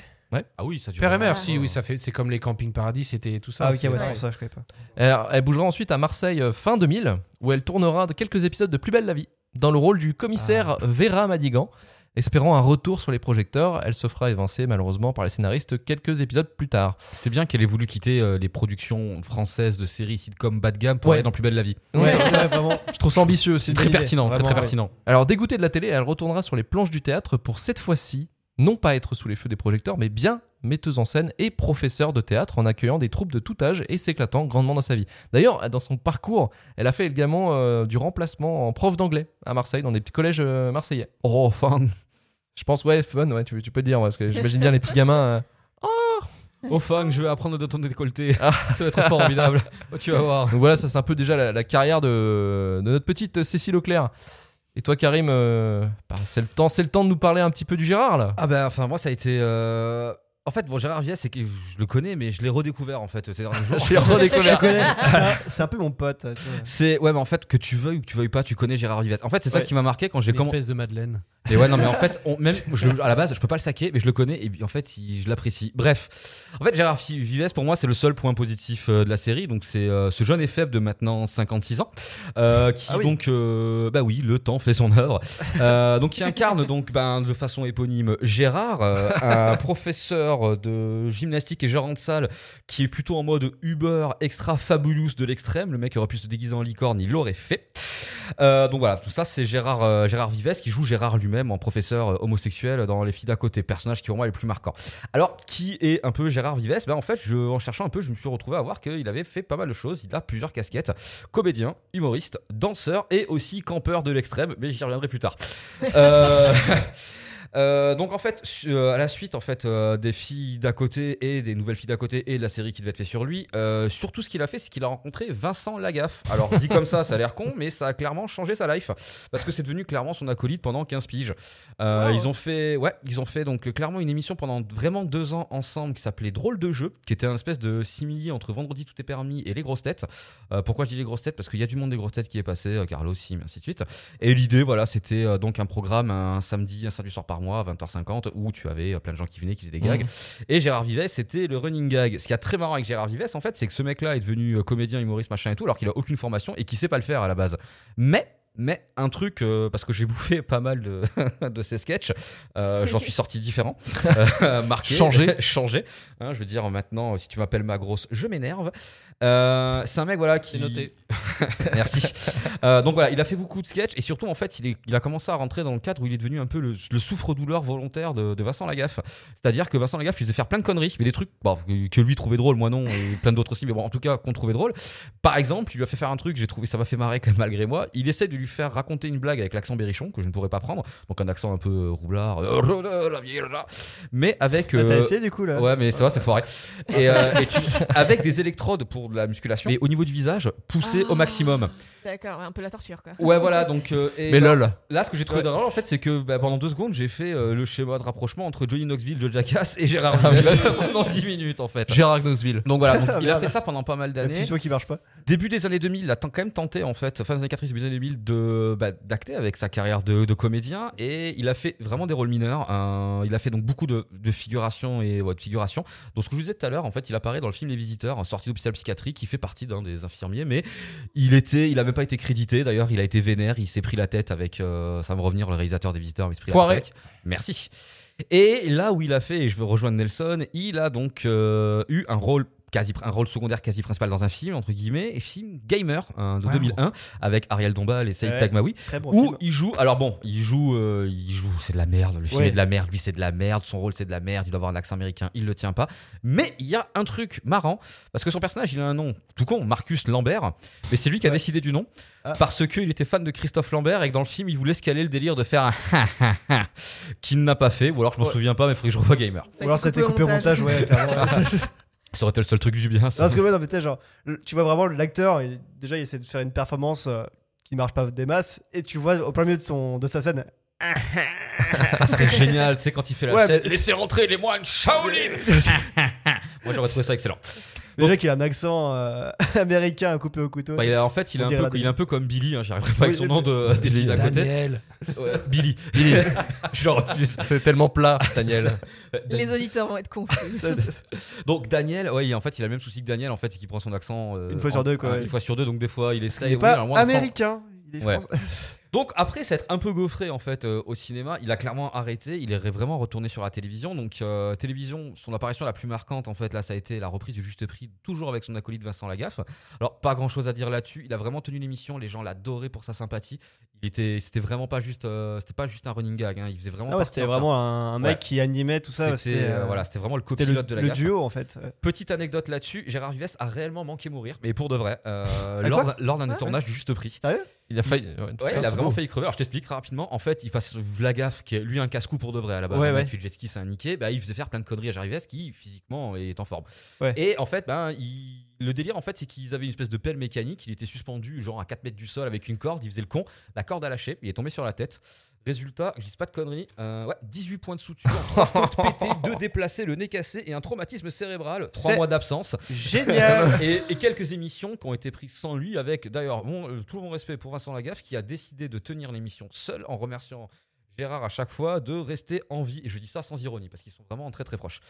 Ah oui, ça dure. Père et mère, Ouais. si, oui, ça fait. C'est comme les campings paradis, c'était tout ça. Ah, ok, c'est- ouais, c'est pour ça, je connais pas. Alors, elle bougera ensuite à Marseille euh, fin 2000, où elle tournera quelques épisodes de Plus belle la vie, dans le rôle du Ah. commissaire Vera Madigan. Espérant un retour sur les projecteurs, elle se fera évincer malheureusement par les scénaristes quelques épisodes plus tard. C'est bien qu'elle ait voulu quitter euh, les productions françaises de séries sitcom bas de gamme pour Ouais. aller dans Plus belle la vie. Ouais, ouais, vraiment. Je trouve ça ambitieux aussi. C'est très idée, pertinent, très vraiment, très ouais. pertinent. Alors dégoûtée de la télé, elle retournera sur les planches du théâtre pour cette fois-ci non pas être sous les feux des projecteurs, mais bien metteuse en scène et professeure de théâtre en accueillant des troupes de tout âge et s'éclatant grandement dans sa vie. D'ailleurs, dans son parcours, elle a fait également euh, du remplacement en prof d'anglais à Marseille, dans des petits collèges euh, marseillais. Oh, fun Je pense, ouais, fun, ouais, tu, tu peux dire, ouais, parce que j'imagine bien les petits gamins... euh, Au fun, je vais apprendre de ton décolleté. Ah. Ça va être formidable. Oh, tu vas voir. Donc voilà, ça c'est un peu déjà la, la carrière de, de notre petite Cécile Auclair. Et toi, Karim, euh, bah, c'est le temps, c'est le temps de nous parler un petit peu du Gérard, là Ah ben, enfin, moi, ça a été. euh, En fait, bon, Gérard Vies, c'est que je le connais, mais je l'ai redécouvert en fait ces derniers jours. Je l'ai redécouvert. Je connais. c'est un- C'est un peu mon pote. tu vois. C'est ouais mais en fait que tu veuilles ou que tu veuilles pas tu connais Gérard Vives. En fait c'est ça Ouais. qui m'a marqué quand j'ai Une commencé. espèce de Madeleine. Et ouais non mais en fait on, même je- à la base je peux pas le saquer mais je le connais et puis, en fait il- je l'apprécie. Bref en fait Gérard Fi- Vives pour moi c'est le seul point positif euh, de la série donc c'est euh, ce jeune et faible de maintenant 56 ans euh, qui Ah oui. donc euh, bah oui le temps fait son œuvre Euh, donc qui incarne donc ben, de façon éponyme Gérard euh, un professeur de gymnastique et gérant de salle qui est plutôt en mode Uber extra fabulous de l'extrême. Le mec aurait pu se déguiser en licorne, il l'aurait fait. Euh, donc voilà, tout ça, c'est Gérard, euh, Gérard Vives qui joue Gérard lui-même en professeur euh, homosexuel dans Les filles d'à côté, personnage qui pour moi est le plus marquant. Alors, qui est un peu Gérard Vives ben, En fait, je, en cherchant un peu, je me suis retrouvé à voir qu'il avait fait pas mal de choses. Il a plusieurs casquettes comédien, humoriste, danseur et aussi campeur de l'extrême, mais j'y reviendrai plus tard. Euh, euh, donc en fait, su- euh, à la suite en fait euh, des filles d'à côté et des nouvelles filles d'à côté et de la série qui devait être faite sur lui, euh, surtout ce qu'il a fait, c'est qu'il a rencontré Vincent Lagaffe. Alors dit comme ça, ça a l'air con, mais ça a clairement changé sa life parce que c'est devenu clairement son acolyte pendant 15 piges. Euh, Wow. Ils ont fait, ouais, ils ont fait donc euh, clairement une émission pendant vraiment deux ans ensemble qui s'appelait Drôle de jeu, qui était un espèce de simili entre Vendredi tout est permis et les grosses têtes. Euh, pourquoi je dis les grosses têtes Parce qu'il y a du monde des grosses têtes qui est passé, euh, Carlos Sim, ainsi de suite. Et l'idée, voilà, c'était euh, donc un programme un samedi, un samedi soir par mois, à 20h50, où tu avais euh, plein de gens qui venaient, qui faisaient des gags. Et Gérard Vivet, c'était le running gag. Ce qui est très marrant avec Gérard Vivet, en fait, c'est que ce mec-là est devenu euh, comédien, humoriste, machin et tout, alors qu'il a aucune formation et qu'il sait pas le faire à la base. Mais mais un truc, euh, parce que j'ai bouffé pas mal de, de ces sketchs, euh, j'en suis sorti différent, euh, marqué, Changé. changé. Hein, je veux dire, maintenant, si tu m'appelles ma grosse, je m'énerve. Euh, c'est un mec voilà C'est qui noté. merci Euh, donc voilà il a fait beaucoup de sketchs et surtout en fait il, est- il a commencé à rentrer dans le cadre où il est devenu un peu le, le souffre-douleur volontaire de, de Vincent Lagaffe c'est à dire que Vincent Lagaffe il faisait faire plein de conneries mais des trucs bon, que lui trouvait drôle moi non et plein d'autres aussi mais bon en tout cas qu'on trouvait drôle par exemple il lui a fait faire un truc j'ai trouvé ça m'a fait marrer quand même malgré moi il essaie de lui faire raconter une blague avec l'accent berrichon que je ne pourrais pas prendre donc un accent un peu euh, roublard euh, mais avec Ah, T'as euh, essayé du coup là Ouais, mais ça va, c'est foiré. Et, euh, et tu- avec des électrodes pour de la musculation. Et au niveau du visage, poussé au Ah. maximum. D'accord, un peu la torture quoi. Ouais, voilà. Donc, euh, et Mais bah, lol Là, ce que j'ai trouvé Ouais. drôle, en fait, c'est que bah, pendant deux secondes, j'ai fait euh, le schéma de rapprochement entre Johnny Knoxville, Joe Jackass et Gérard Ah, Vives oui. pendant 10 minutes, en fait. Gérard Knoxville. Donc voilà, donc, Ah, il a merde. fait ça pendant pas mal La d'années. petite voix qui marche pas. Début des années 2000, il a tant- quand même tenté, en fait, fin des années 80, début des années 2000, de, bah, d'acter avec sa carrière de, de comédien. Et il a fait vraiment des rôles mineurs. hein. il a fait donc beaucoup de, de figurations et ouais, de figurations. Donc, ce que je vous disais tout à l'heure, en fait, il apparaît dans le film Les Visiteurs, sorti d'hôpital psychiatrique, qui fait partie d'un des infirmiers. Mais Il était, il a même pas été crédité d'ailleurs, il a été vénère, il s'est pris la tête avec, euh, ça va me revenir, le réalisateur des visiteurs, mais il s'est pris la tête Poiré. avec. Merci. Et là où il a fait, et je veux rejoindre Nelson, il a donc euh, eu un rôle quasi, un rôle secondaire quasi principal dans un film entre guillemets, et film Gamer hein, de Wow. 2001 avec Ariel Dombal et Saïd Ouais. Tagmaoui, Très bon où film. il joue. Alors bon, il joue, euh, il joue, c'est de la merde. Le film Ouais. est de la merde, lui c'est de la merde, son rôle c'est de la merde. Il doit avoir un accent américain, il le tient pas. Mais il y a un truc marrant parce que son personnage, il a un nom tout con, Marcus Lambert, mais c'est lui qui a Ouais. décidé du nom Ah. parce qu'il était fan de Christophe Lambert et que dans le film, il voulait se caler le délire de faire un qu'il n'a pas fait. Ou alors je m'en Ouais. souviens pas, mais il faudrait que je revoie Gamer. Ou alors c'était coupé au montage, ouais, clairement. Ça aurait été le seul truc du bien. Non, parce que ouais, non, mais tu sais, genre, le- tu vois vraiment l'acteur, il- déjà, il essaie de faire une performance euh, qui marche pas des masses, et tu vois au plein milieu de, son, de sa scène. Ça serait génial, tu sais, quand il fait la Ouais, scène. Laissez rentrer les moines Shaolin Moi, j'aurais trouvé ça excellent. Déjà qu'il a un accent euh, américain coupé au couteau. Bah, il a- en fait, il est, On un dirait peu, la il est un peu comme Billy, hein, j'y arriverai pas avec Oui, son nom de, des filles d'à côté. Daniel. Ouais, Billy. Billy. Je le refuse. C'est tellement plat, Daniel. Les auditeurs vont être confus. Ça, c'est- Donc Daniel, ouais, il- en fait, il a le même souci que Daniel, en fait, c'est qu'il prend son accent euh, Une fois sur en- deux, quoi, un- ouais. Une fois sur deux, donc des fois, il essaye. il est oui, pas alors moi, enfin, américain. Il est Ouais. français. Donc après s'être un peu gaufré en fait euh, au cinéma, il a clairement arrêté, il est vraiment retourné sur la télévision. Donc euh, télévision, son apparition la plus marquante en fait là ça a été la reprise du Juste Prix, toujours avec son acolyte Vincent Lagaffe. Alors pas grand chose à dire là-dessus, il a vraiment tenu l'émission, les gens l'adoraient pour sa sympathie. Il était, c'était vraiment pas juste, euh, c'était pas juste un running gag, hein, il faisait vraiment. Ah ouais, partie c'était de ça. vraiment un, un mec Ouais. qui animait tout ça. C'était C'était euh, euh, voilà, c'était vraiment le c'était le, copilote de le Lagaffe. duo, en fait. Petite anecdote là-dessus, Gérard Vivès a réellement manqué mourir, mais pour de vrai, euh, Ah, quoi lors, d'un- lors d'un Ouais. tournage du Juste Prix. Il a failli. ouais, putain, Ouais, il a c'est vraiment beau. failli crever. Alors je t'explique rapidement. En fait, il passe Vlagaf, qui est lui un casse-cou pour de vrai à la base. Ouais, le mec ouais. qui fait du jet ski, c'est un niqué. Bah, il faisait faire plein de conneries à Jarivès qui physiquement est en forme. Ouais. Et en fait, ben, il- le délire en fait, c'est qu'ils avaient une espèce de pelle mécanique. Il était suspendu genre à 4 mètres du sol avec une corde. Il faisait le con. La corde a lâché. Il est tombé sur la tête. Résultat, je dis pas de conneries. euh, ouais, 18 points de suture, 3 côtes pétées, 2 déplacés, le nez cassé et un traumatisme cérébral. 3 C'est- mois d'absence Génial et, et quelques émissions qui ont été prises sans lui, avec d'ailleurs mon- euh, tout mon respect pour Vincent Lagaffe qui a décidé de tenir l'émission seul en remerciant Gérard à chaque fois de rester en vie. Et je dis ça sans ironie parce qu'ils sont vraiment très très proches.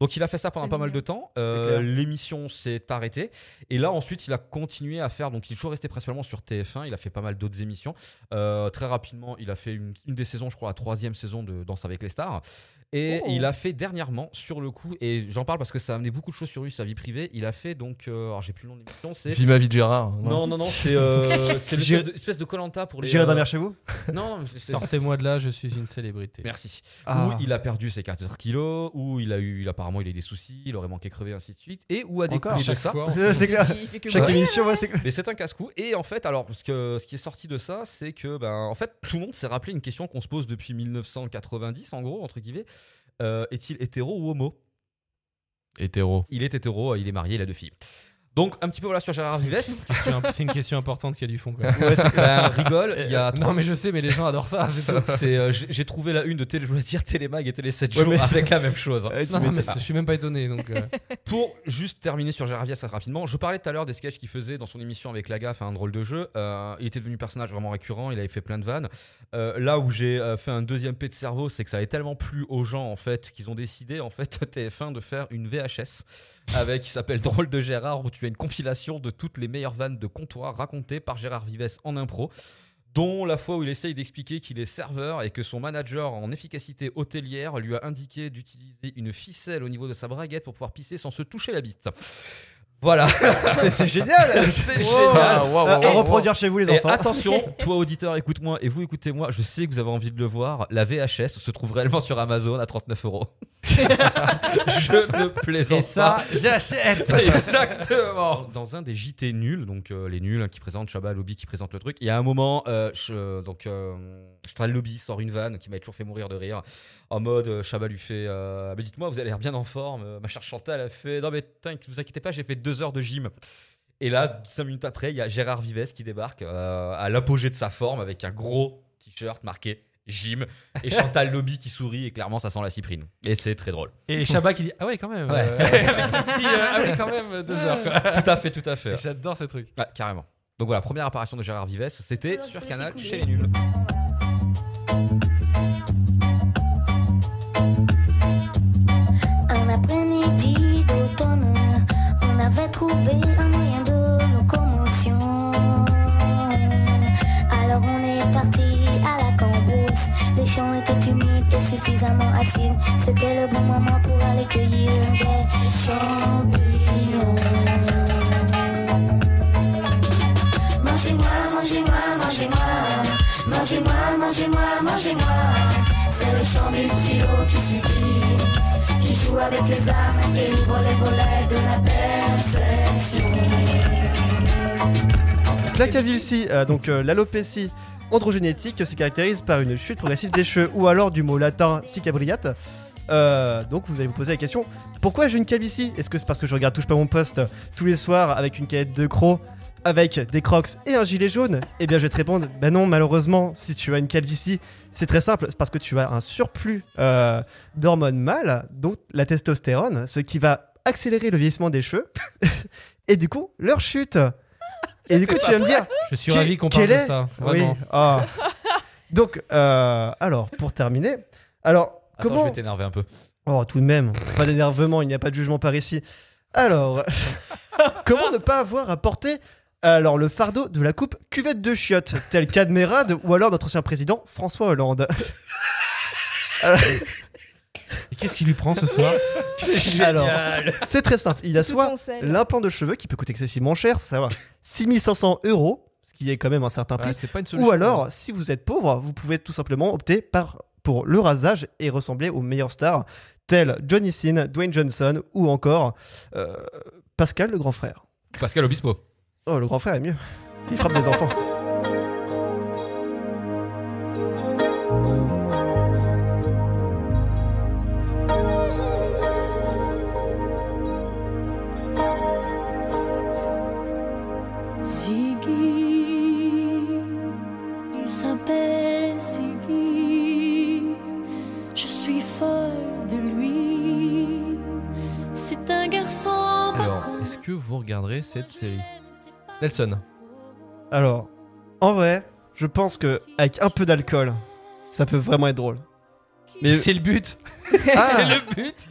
Donc il a fait ça pendant C'est pas mal de mignon. temps. Euh, C'est clair. l'émission s'est arrêtée. Et là ensuite il a continué à faire. Donc il est toujours resté principalement sur TF1. Il a fait pas mal d'autres émissions. Euh, très rapidement il a fait une, une des saisons, je crois, la troisième saison de Danse avec les stars. Et Oh. il a fait dernièrement sur le coup. Et j'en parle parce que ça a amené beaucoup de choses sur lui, sa vie privée. Il a fait donc. euh, alors j'ai plus le nom de l'émission. C'est Vis ma vie de Gérard. non, non, non, c'est euh, c'est J'irai- l'espèce de- espèce de Colanta pour les. J'irai euh, dormir chez vous Non, non, c'est- c'est- Sortez-moi de là, je suis une célébrité. Merci. Ah. Où il a perdu ses 14 kilos, où il a eu, il- apparemment, il a eu des soucis, il aurait manqué crever, ainsi de suite, et où a Encore. découlé de Chaque ça. fois, C'est clair. Il fait que Chaque briller. émission, ouais, c'est clair. Mais c'est un casse-cou. Et en fait, alors, ce, que- ce qui est sorti de ça, c'est que, ben, en fait, tout le monde s'est rappelé une question qu'on se pose depuis 1990, en gros, entre guillemets. Euh, Est-il hétéro ou homo Hétéro. Il est hétéro, il est marié, il a deux filles. Donc, un petit peu voilà sur Gérard Vivès. c'est une question- c'est une question importante qui a du fond. Quoi. Ben, rigole, il y a trois- non, mais je sais, mais les gens adorent ça, c'est tout. C'est, euh, j'ai j'ai trouvé la une de télé, je voulais dire Télémag et Télé 7 Ouais, jours mais c'est- avec la même chose. hein. Ouais, tu Non, m'étonnes. mais je suis même pas étonné. Donc, euh, Pour juste terminer sur Gérard Vias très rapidement, je parlais tout à l'heure des sketchs qu'il faisait dans son émission avec Lagaffe, un drôle de jeu. Euh, il était devenu personnage vraiment récurrent, il avait fait plein de vannes. Euh, là où j'ai euh, fait un deuxième P de cerveau, c'est que ça avait tellement plu aux gens en fait qu'ils ont décidé en fait TF1 de faire une VHS avec qui s'appelle Drôle de Gérard où tu as une compilation de toutes les meilleures vannes de comptoir racontées par Gérard Vives en impro dont la fois où il essaye d'expliquer qu'il est serveur et que son manager en efficacité hôtelière lui a indiqué d'utiliser une ficelle au niveau de sa braguette pour pouvoir pisser sans se toucher la bite. Voilà, Mais c'est génial c'est Wow. Ah, génial. Euh, wow, À wow. reproduire chez vous, les Et enfants. attention, toi auditeur, écoute-moi et vous écoutez-moi, je sais que vous avez envie de le voir. La VHS se trouve réellement sur Amazon à 39 euros. Je ne plaisante et ça, j'achète pas. Exactement. Dans un des JT nuls, donc euh, les nuls hein, qui présentent Chabat, Lobby qui présente le truc. Il y a un moment, euh, je, donc euh, Chabat Lobby sort une vanne qui m'a toujours fait mourir de rire. En mode, euh, Chabat lui fait, euh, mais dites-moi, vous avez l'air bien en forme. Euh, Ma chère Chantal a fait, non mais t'inquiète, vous inquiétez pas, j'ai fait deux heures de gym. Et là, cinq minutes après, il y a Gérard Vives qui débarque euh, à l'apogée de sa forme avec un gros t-shirt marqué gym et Chantal Lobby qui sourit et clairement ça sent la cyprine. Et c'est très drôle. Et Shabba qui dit Ah ouais, quand même. Ouais. euh, avec son petit, euh, ah ouais, quand même, deux heures. quoi. tout à fait, tout à fait. J'adore ce truc. Ouais, carrément. Donc voilà, première apparition de Gérard Vives, c'était Ça, sur c'est Canal cool. chez les nuls. Un après-midi d'automne, on avait trouvé un moyen de locomotion. suffisamment acide. C'était le bon moment pour aller cueillir des champignons. Mangez-moi, mangez-moi, mangez-moi. Mangez-moi, mangez-moi, mangez-moi. C'est le chant des silos qui supplie. Qui joue avec les âmes et ouvre les volets de la perfection. Clacavilsi, euh, donc euh, l'alopécie androgénétique se caractérise par une chute progressive des cheveux ou alors du mot latin cicabriate. Euh, donc vous allez vous poser la question pourquoi j'ai une calvitie Est-ce que c'est parce que je regarde Touche pas mon poste tous les soirs avec une canette de crocs, avec des crocs et un gilet jaune Eh bien je vais te répondre bah non malheureusement si tu as une calvitie c'est très simple c'est parce que tu as un surplus euh, d'hormones mâles dont la testostérone ce qui va accélérer le vieillissement des cheveux et du coup leur chute. Et du coup, tu vas me dire. Je suis que- ravi qu'on quel parle de est- ça, Oui, vraiment. ah. Donc, euh, alors, pour terminer, alors, Attends, comment. je vais t'énerver un peu. Oh, tout de même, pas d'énervement, il n'y a pas de jugement par ici. Alors, comment ne pas avoir à porter alors, le fardeau de la coupe cuvette de chiottes, tel qu'Admérade ou alors notre ancien président François Hollande Alors- Et Qu'est-ce qui lui prend ce soir alors, c'est très simple. Il a C'est tout soit en sel. l'implant de cheveux qui peut coûter excessivement cher, ça va, 6500 euros, ce qui est quand même un certain prix. Ouais, Ah, c'est pas une solution. Ou alors, si vous êtes pauvre, vous pouvez tout simplement opter par, pour le rasage et ressembler aux meilleures stars telles Johnny Sin, Dwayne Johnson ou encore euh, Pascal le grand frère. Pascal Obispo. Oh, le grand frère est mieux. Il frappe des enfants. Ziggy, il s'appelle Ziggy. Je suis folle de lui. C'est un garçon. Alors, est-ce que vous regarderez cette série Nelson. Alors, en vrai, je pense que avec un peu d'alcool, ça peut vraiment être drôle. Mais C'est le but Ah. C'est le but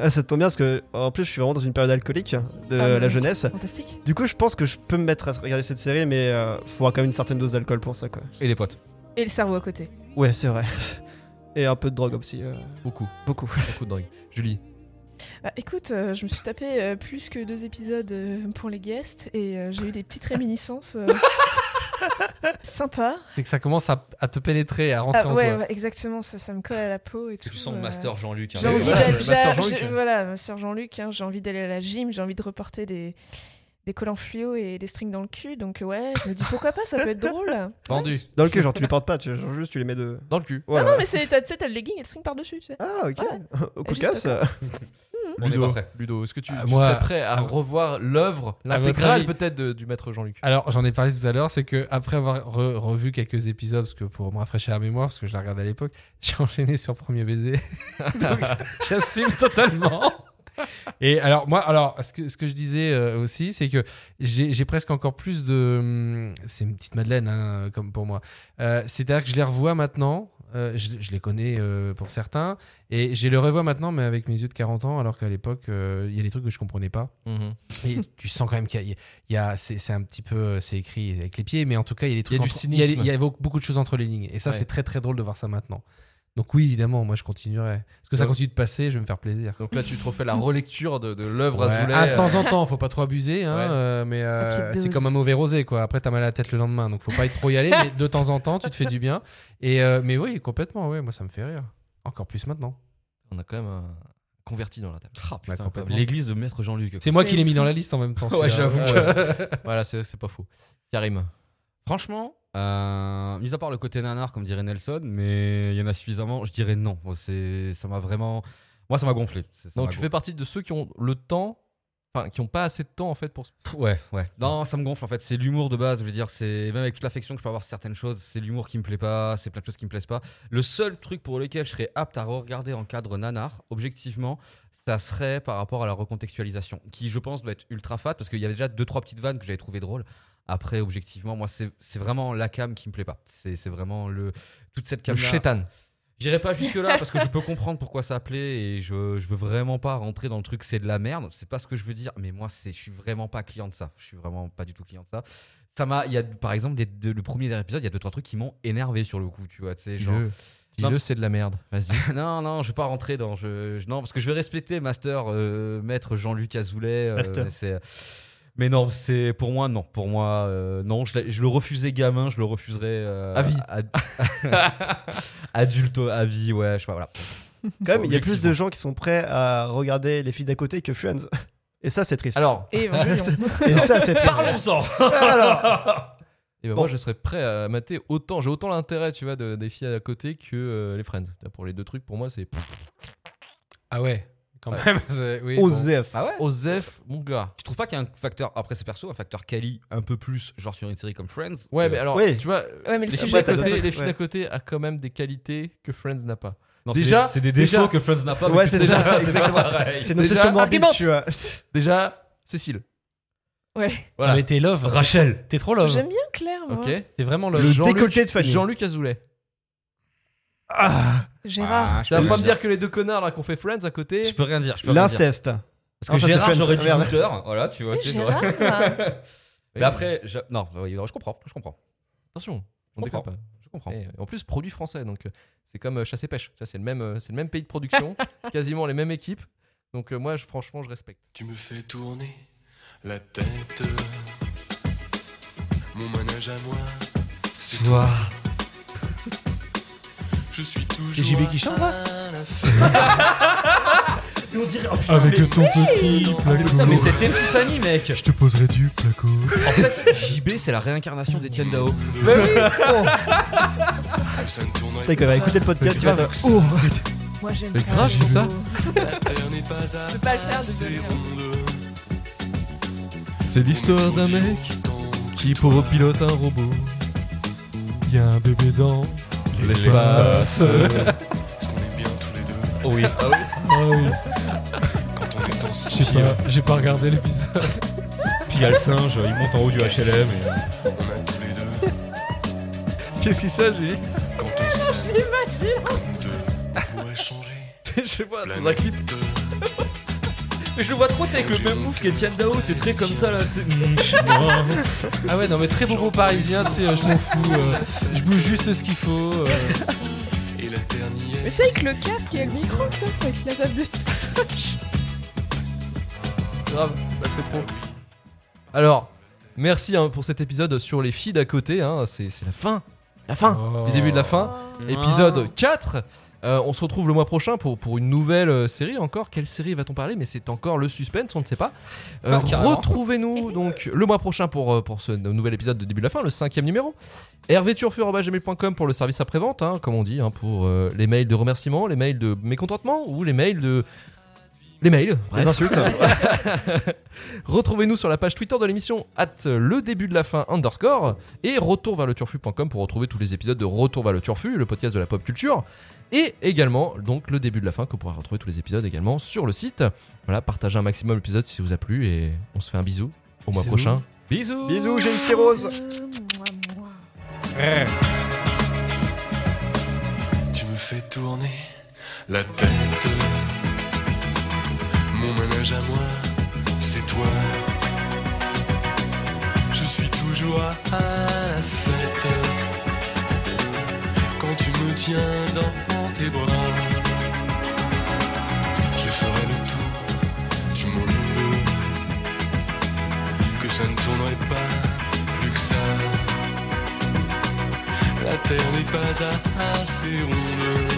Ah, ça tombe bien parce que en plus je suis vraiment dans une période alcoolique de Ah, la jeunesse. Fantastique. Du coup, je pense que je peux me mettre à regarder cette série, mais euh, faut avoir quand même une certaine dose d'alcool pour ça, quoi. Et les potes. Et le cerveau à côté. Ouais, c'est vrai. Et un peu de drogue aussi, euh, Beaucoup. beaucoup. Beaucoup de dingue. Julie. Bah, écoute, euh, je me suis tapé euh, plus que deux épisodes euh, pour les guests et euh, j'ai eu des petites réminiscences euh, sympas. C'est que ça commence à, à te pénétrer, à rentrer Ah, en ouais, toi. ouais, exactement, ça, ça me colle à la peau et tout. Tu sens euh, Master Jean-Luc. hein. J'ai envie Voilà, d'aller, le j'ai- Master j'ai- Jean-Luc. voilà, Master Jean-Luc, hein, j'ai envie d'aller à la gym, j'ai envie de reporter des, des collants fluo et des strings dans le cul, donc euh, ouais, je me dis pourquoi pas, ça peut être drôle. Vendu. Dans le cul, genre tu les portes pas, tu, genre juste tu les mets de. Dans le cul. Ah Voilà. non, mais c'est, t'as, tu sais, t'as le legging et le string par-dessus, tu sais. Ah, ok. Au coup de Juste casse. au euh, On est Ludo, pas prêt. Ludo, est-ce que tu, Ah, tu moi, serais prêt Euh, à à- revoir l'œuvre, à votre l'intégrale avis- peut-être de- du maître Jean-Luc Alors, j'en ai parlé tout à l'heure, c'est que après avoir re- revu quelques épisodes, parce que pour me rafraîchir la mémoire, parce que je la regardais à l'époque, j'ai enchaîné sur Premier Baiser. Donc, j'assume totalement. Et alors, moi, alors, ce que, ce que je disais euh, aussi, c'est que j'ai j'ai presque encore plus de. hum, C'est une petite Madeleine, hein, comme pour moi. Euh, C'est-à-dire que je les revois maintenant. euh, je, je les connais euh, pour certains. Et je les revois maintenant, mais avec mes yeux de 40 ans, alors qu'à l'époque, euh, il y a des trucs que je comprenais pas. Et tu sens quand même qu'il y a- il y a, c'est c'est un petit peu, euh, c'est écrit avec les pieds, mais en tout cas, il y a des Il y a trucs. du entre- il y a- cynisme. il y a beaucoup de choses entre les lignes. Et ça, Ouais. c'est très très drôle de voir ça maintenant. Donc oui, évidemment, moi je continuerai. Parce que ça Donc- continue de passer, je vais me faire plaisir. Donc là, tu te refais la relecture de, de l'œuvre Ouais. Azoulay. Ah, de euh, temps en temps, faut pas trop abuser, hein, Ouais. euh, mais euh, Une petite c'est dose. comme un mauvais rosé, quoi. Après, t'as mal à la tête le lendemain, donc faut pas y trop y aller, mais de temps en temps, tu te fais du bien. Et euh, mais oui, complètement, oui, moi ça me fait rire. Encore plus maintenant. On a quand même un converti dans la table. Ah, Putain, complètement. L'église de Maître Jean-Luc. C'est moi C'est- qui l'ai mis dans la liste en même temps. Ouais, celui-là. j'avoue Ouais. voilà, c'est c'est pas faux. Karim. Franchement, euh, mis à part le côté nanar, comme dirait Nelson, mais il y en a suffisamment, je dirais non. Bon, c'est- Ça m'a vraiment. Moi, ça m'a gonflé. Ça Donc m'a tu fais partie de ceux qui ont le temps, enfin qui ont pas assez de temps en fait pour. se- Pff, Ouais, ouais. Non, ça me gonfle en fait. C'est l'humour de base. Je veux dire, c'est même avec toute l'affection que je peux avoir sur certaines choses, c'est l'humour qui me plaît pas, c'est plein de choses qui me plaisent pas. Le seul truc pour lequel je serais apte à regarder en cadre nanar, objectivement, ça serait par rapport à la recontextualisation, qui je pense doit être ultra fat parce qu'il y avait déjà deux trois petites vannes que j'avais trouvées drôles. Après, objectivement, moi, c'est c'est vraiment la cam qui me plaît pas. C'est c'est vraiment le toute cette Le cam. chétan. J'irai pas jusque-là parce que je peux comprendre pourquoi ça plaît et je, je veux vraiment pas rentrer dans le truc c'est de la merde. C'est pas ce que je veux dire, mais moi c'est je suis vraiment pas client de ça. Je suis vraiment pas du tout client de ça. Ça m'a il y a par exemple des- de- le premier dernier épisode, il y a deux trois trucs qui m'ont énervé sur le coup, tu vois, tu sais genre Dis-le. Non. Dis-le, c'est de la merde. Vas-y. non, non, je vais pas rentrer dans. Je, je- non, parce que je vais respecter Master, euh, Maître Jean-Luc Azoulay. euh, Master. mais c'est- mais non, c'est pour moi non, pour moi euh, non, je, l'ai- je le refusais gamin, je le refuserais euh, À vie. ad- adulte à vie, ouais, je sais pas, voilà. Quand même, il y a plus de gens qui sont prêts à regarder les filles d'à côté que Friends. Et ça, c'est triste. eh Alors. Et voyons. Et ça, c'est triste. Parlons-en. Alors. Et ben Bon. moi, je serais prêt à mater autant. J'ai autant l'intérêt, tu vois, de- des filles à côté que euh, les friends. Pour les deux trucs, pour moi, c'est. Ah ouais, quand Ouais. même. c'est- Oui, bon. Osef. Ah ouais Osef, mon gars. Tu trouves pas qu'il y a un facteur après c'est perso, un facteur quali un peu plus genre sur une série comme Friends Ouais, que- mais alors, Oui. tu vois, Ouais, mais le les filles sujet à est pas côté, top. les filles Ouais. à côté a quand même des qualités que Friends n'a pas. Non, c'est déjà- des- c'est des déjà- défauts que Friends n'a pas. mais Ouais, que c'est déjà, ça, c'est exactement. pas pareil. C'est une Déjà, obsession morbide, argumente. tu vois. Déjà, Cécile. Ouais. Voilà. Ah, mais t'es love. Rachel. T'es trop love. J'aime bien Claire, moi. Ok. T'es vraiment Le love. Jean-Luc- décolleté de Fanny. Jean-Luc Azoulay. Gérard. Ah, je Tu vas peux pas me rien dire que les deux connards là qu'on fait Friends à côté. Je peux rien dire. Je peux rien dire. L'inceste. Parce que Non, ça, c'est Gérard, Friends. j'aurais dit Merde. Luther. Voilà, Ah, tu vois. Oui, tu sais, Eh, Gérard. j'aurais- Oui, Mais après, je... non, oui, non, je comprends, je comprends, Attention, on Je déconne comprends. pas. je comprends. Et, euh, en plus, produit français, donc euh, c'est comme euh, chasse et pêche. Ça, c'est le même, euh, c'est le même pays de production, quasiment les mêmes équipes. Donc euh, moi, je, franchement, je respecte. Tu me fais tourner la tête. Mon manège à moi, c'est toi. Je suis toujours. C'est JB qui chante, là à la Avec ton petit Putain, mais c'est Epiphany, mec. Je te poserai du placo. En fait, JB, c'est la réincarnation d'Etienne Dao. Ça ne tourne T'as va écouter le podcast, tu vas faire, Oh Moi, j'aime Mais Claire grave, c'est ça. Giraud. La terre n'est pas à Je peux pas le faire, ses désolé. rondes. C'est l'histoire d'un mec qui pour pilote un robot. Il y a un bébé dans. L'espace. Parce qu'on est bien tous les deux Oh Oui. Ah oui, quand on est j'ai ensemble. pas, j'ai pas regardé l'épisode. Puis il y a le singe, il monte en haut du HLM. On a tous les euh, deux Qu'est-ce que c'est, Julie quand on s'aime. Comme deux, on pourrait changer. Je sais pas. Planète Dans un clip. deux. Je le vois trop, tu sais, avec le même mouf qu'Etienne Dao, t'es très comme ça là. tu sais. Mm, je suis moi. Ah ouais, non, mais très bobo parisien, tu sais, euh, je m'en fous. euh, je bouge juste ce qu'il faut. euh. Et la terre n'y Mais est. c'est avec le casque et le micro, ça, avec la table de passage. Grave, ça fait trop. Alors, merci hein, pour cet épisode sur les filles d'à côté. hein. C'est c'est la fin. La fin. Oh. Le début de la fin. Épisode 4. Euh, on se retrouve le mois prochain pour, pour une nouvelle euh, série encore. Quelle série va-t-on parler Mais c'est encore le suspense, on ne sait pas. Euh, Ah, carrément. Retrouvez-nous donc le mois prochain pour, euh, pour ce nouvel épisode de début de la fin, le cinquième numéro. hervéturfur.gmail.com pour le service après-vente, hein, comme on dit, hein, pour euh, les mails de remerciements, les mails de mécontentement ou les mails de... Les mails, bref. Les insultes. Retrouvez-nous sur la page Twitter de l'émission at le début de la fin underscore et retour vers le turfu.com pour retrouver tous les épisodes de Retour vers le turfu, le podcast de la pop culture et également donc le début de la fin que vous pourrez retrouver tous les épisodes également sur le site. Voilà, partagez un maximum l'épisode si ça vous a plu et on se fait un bisou au mois Bisous. prochain. Bisous. Bisous, j'ai une cirrhose. Mouah, mouah. Tu me fais tourner la tête. Mon manège à moi, c'est toi. Je suis toujours à la fête. Quand tu me tiens dans tes bras, je ferai le tour du monde. Que ça ne tournerait pas plus que ça. La terre n'est pas assez ronde Ah,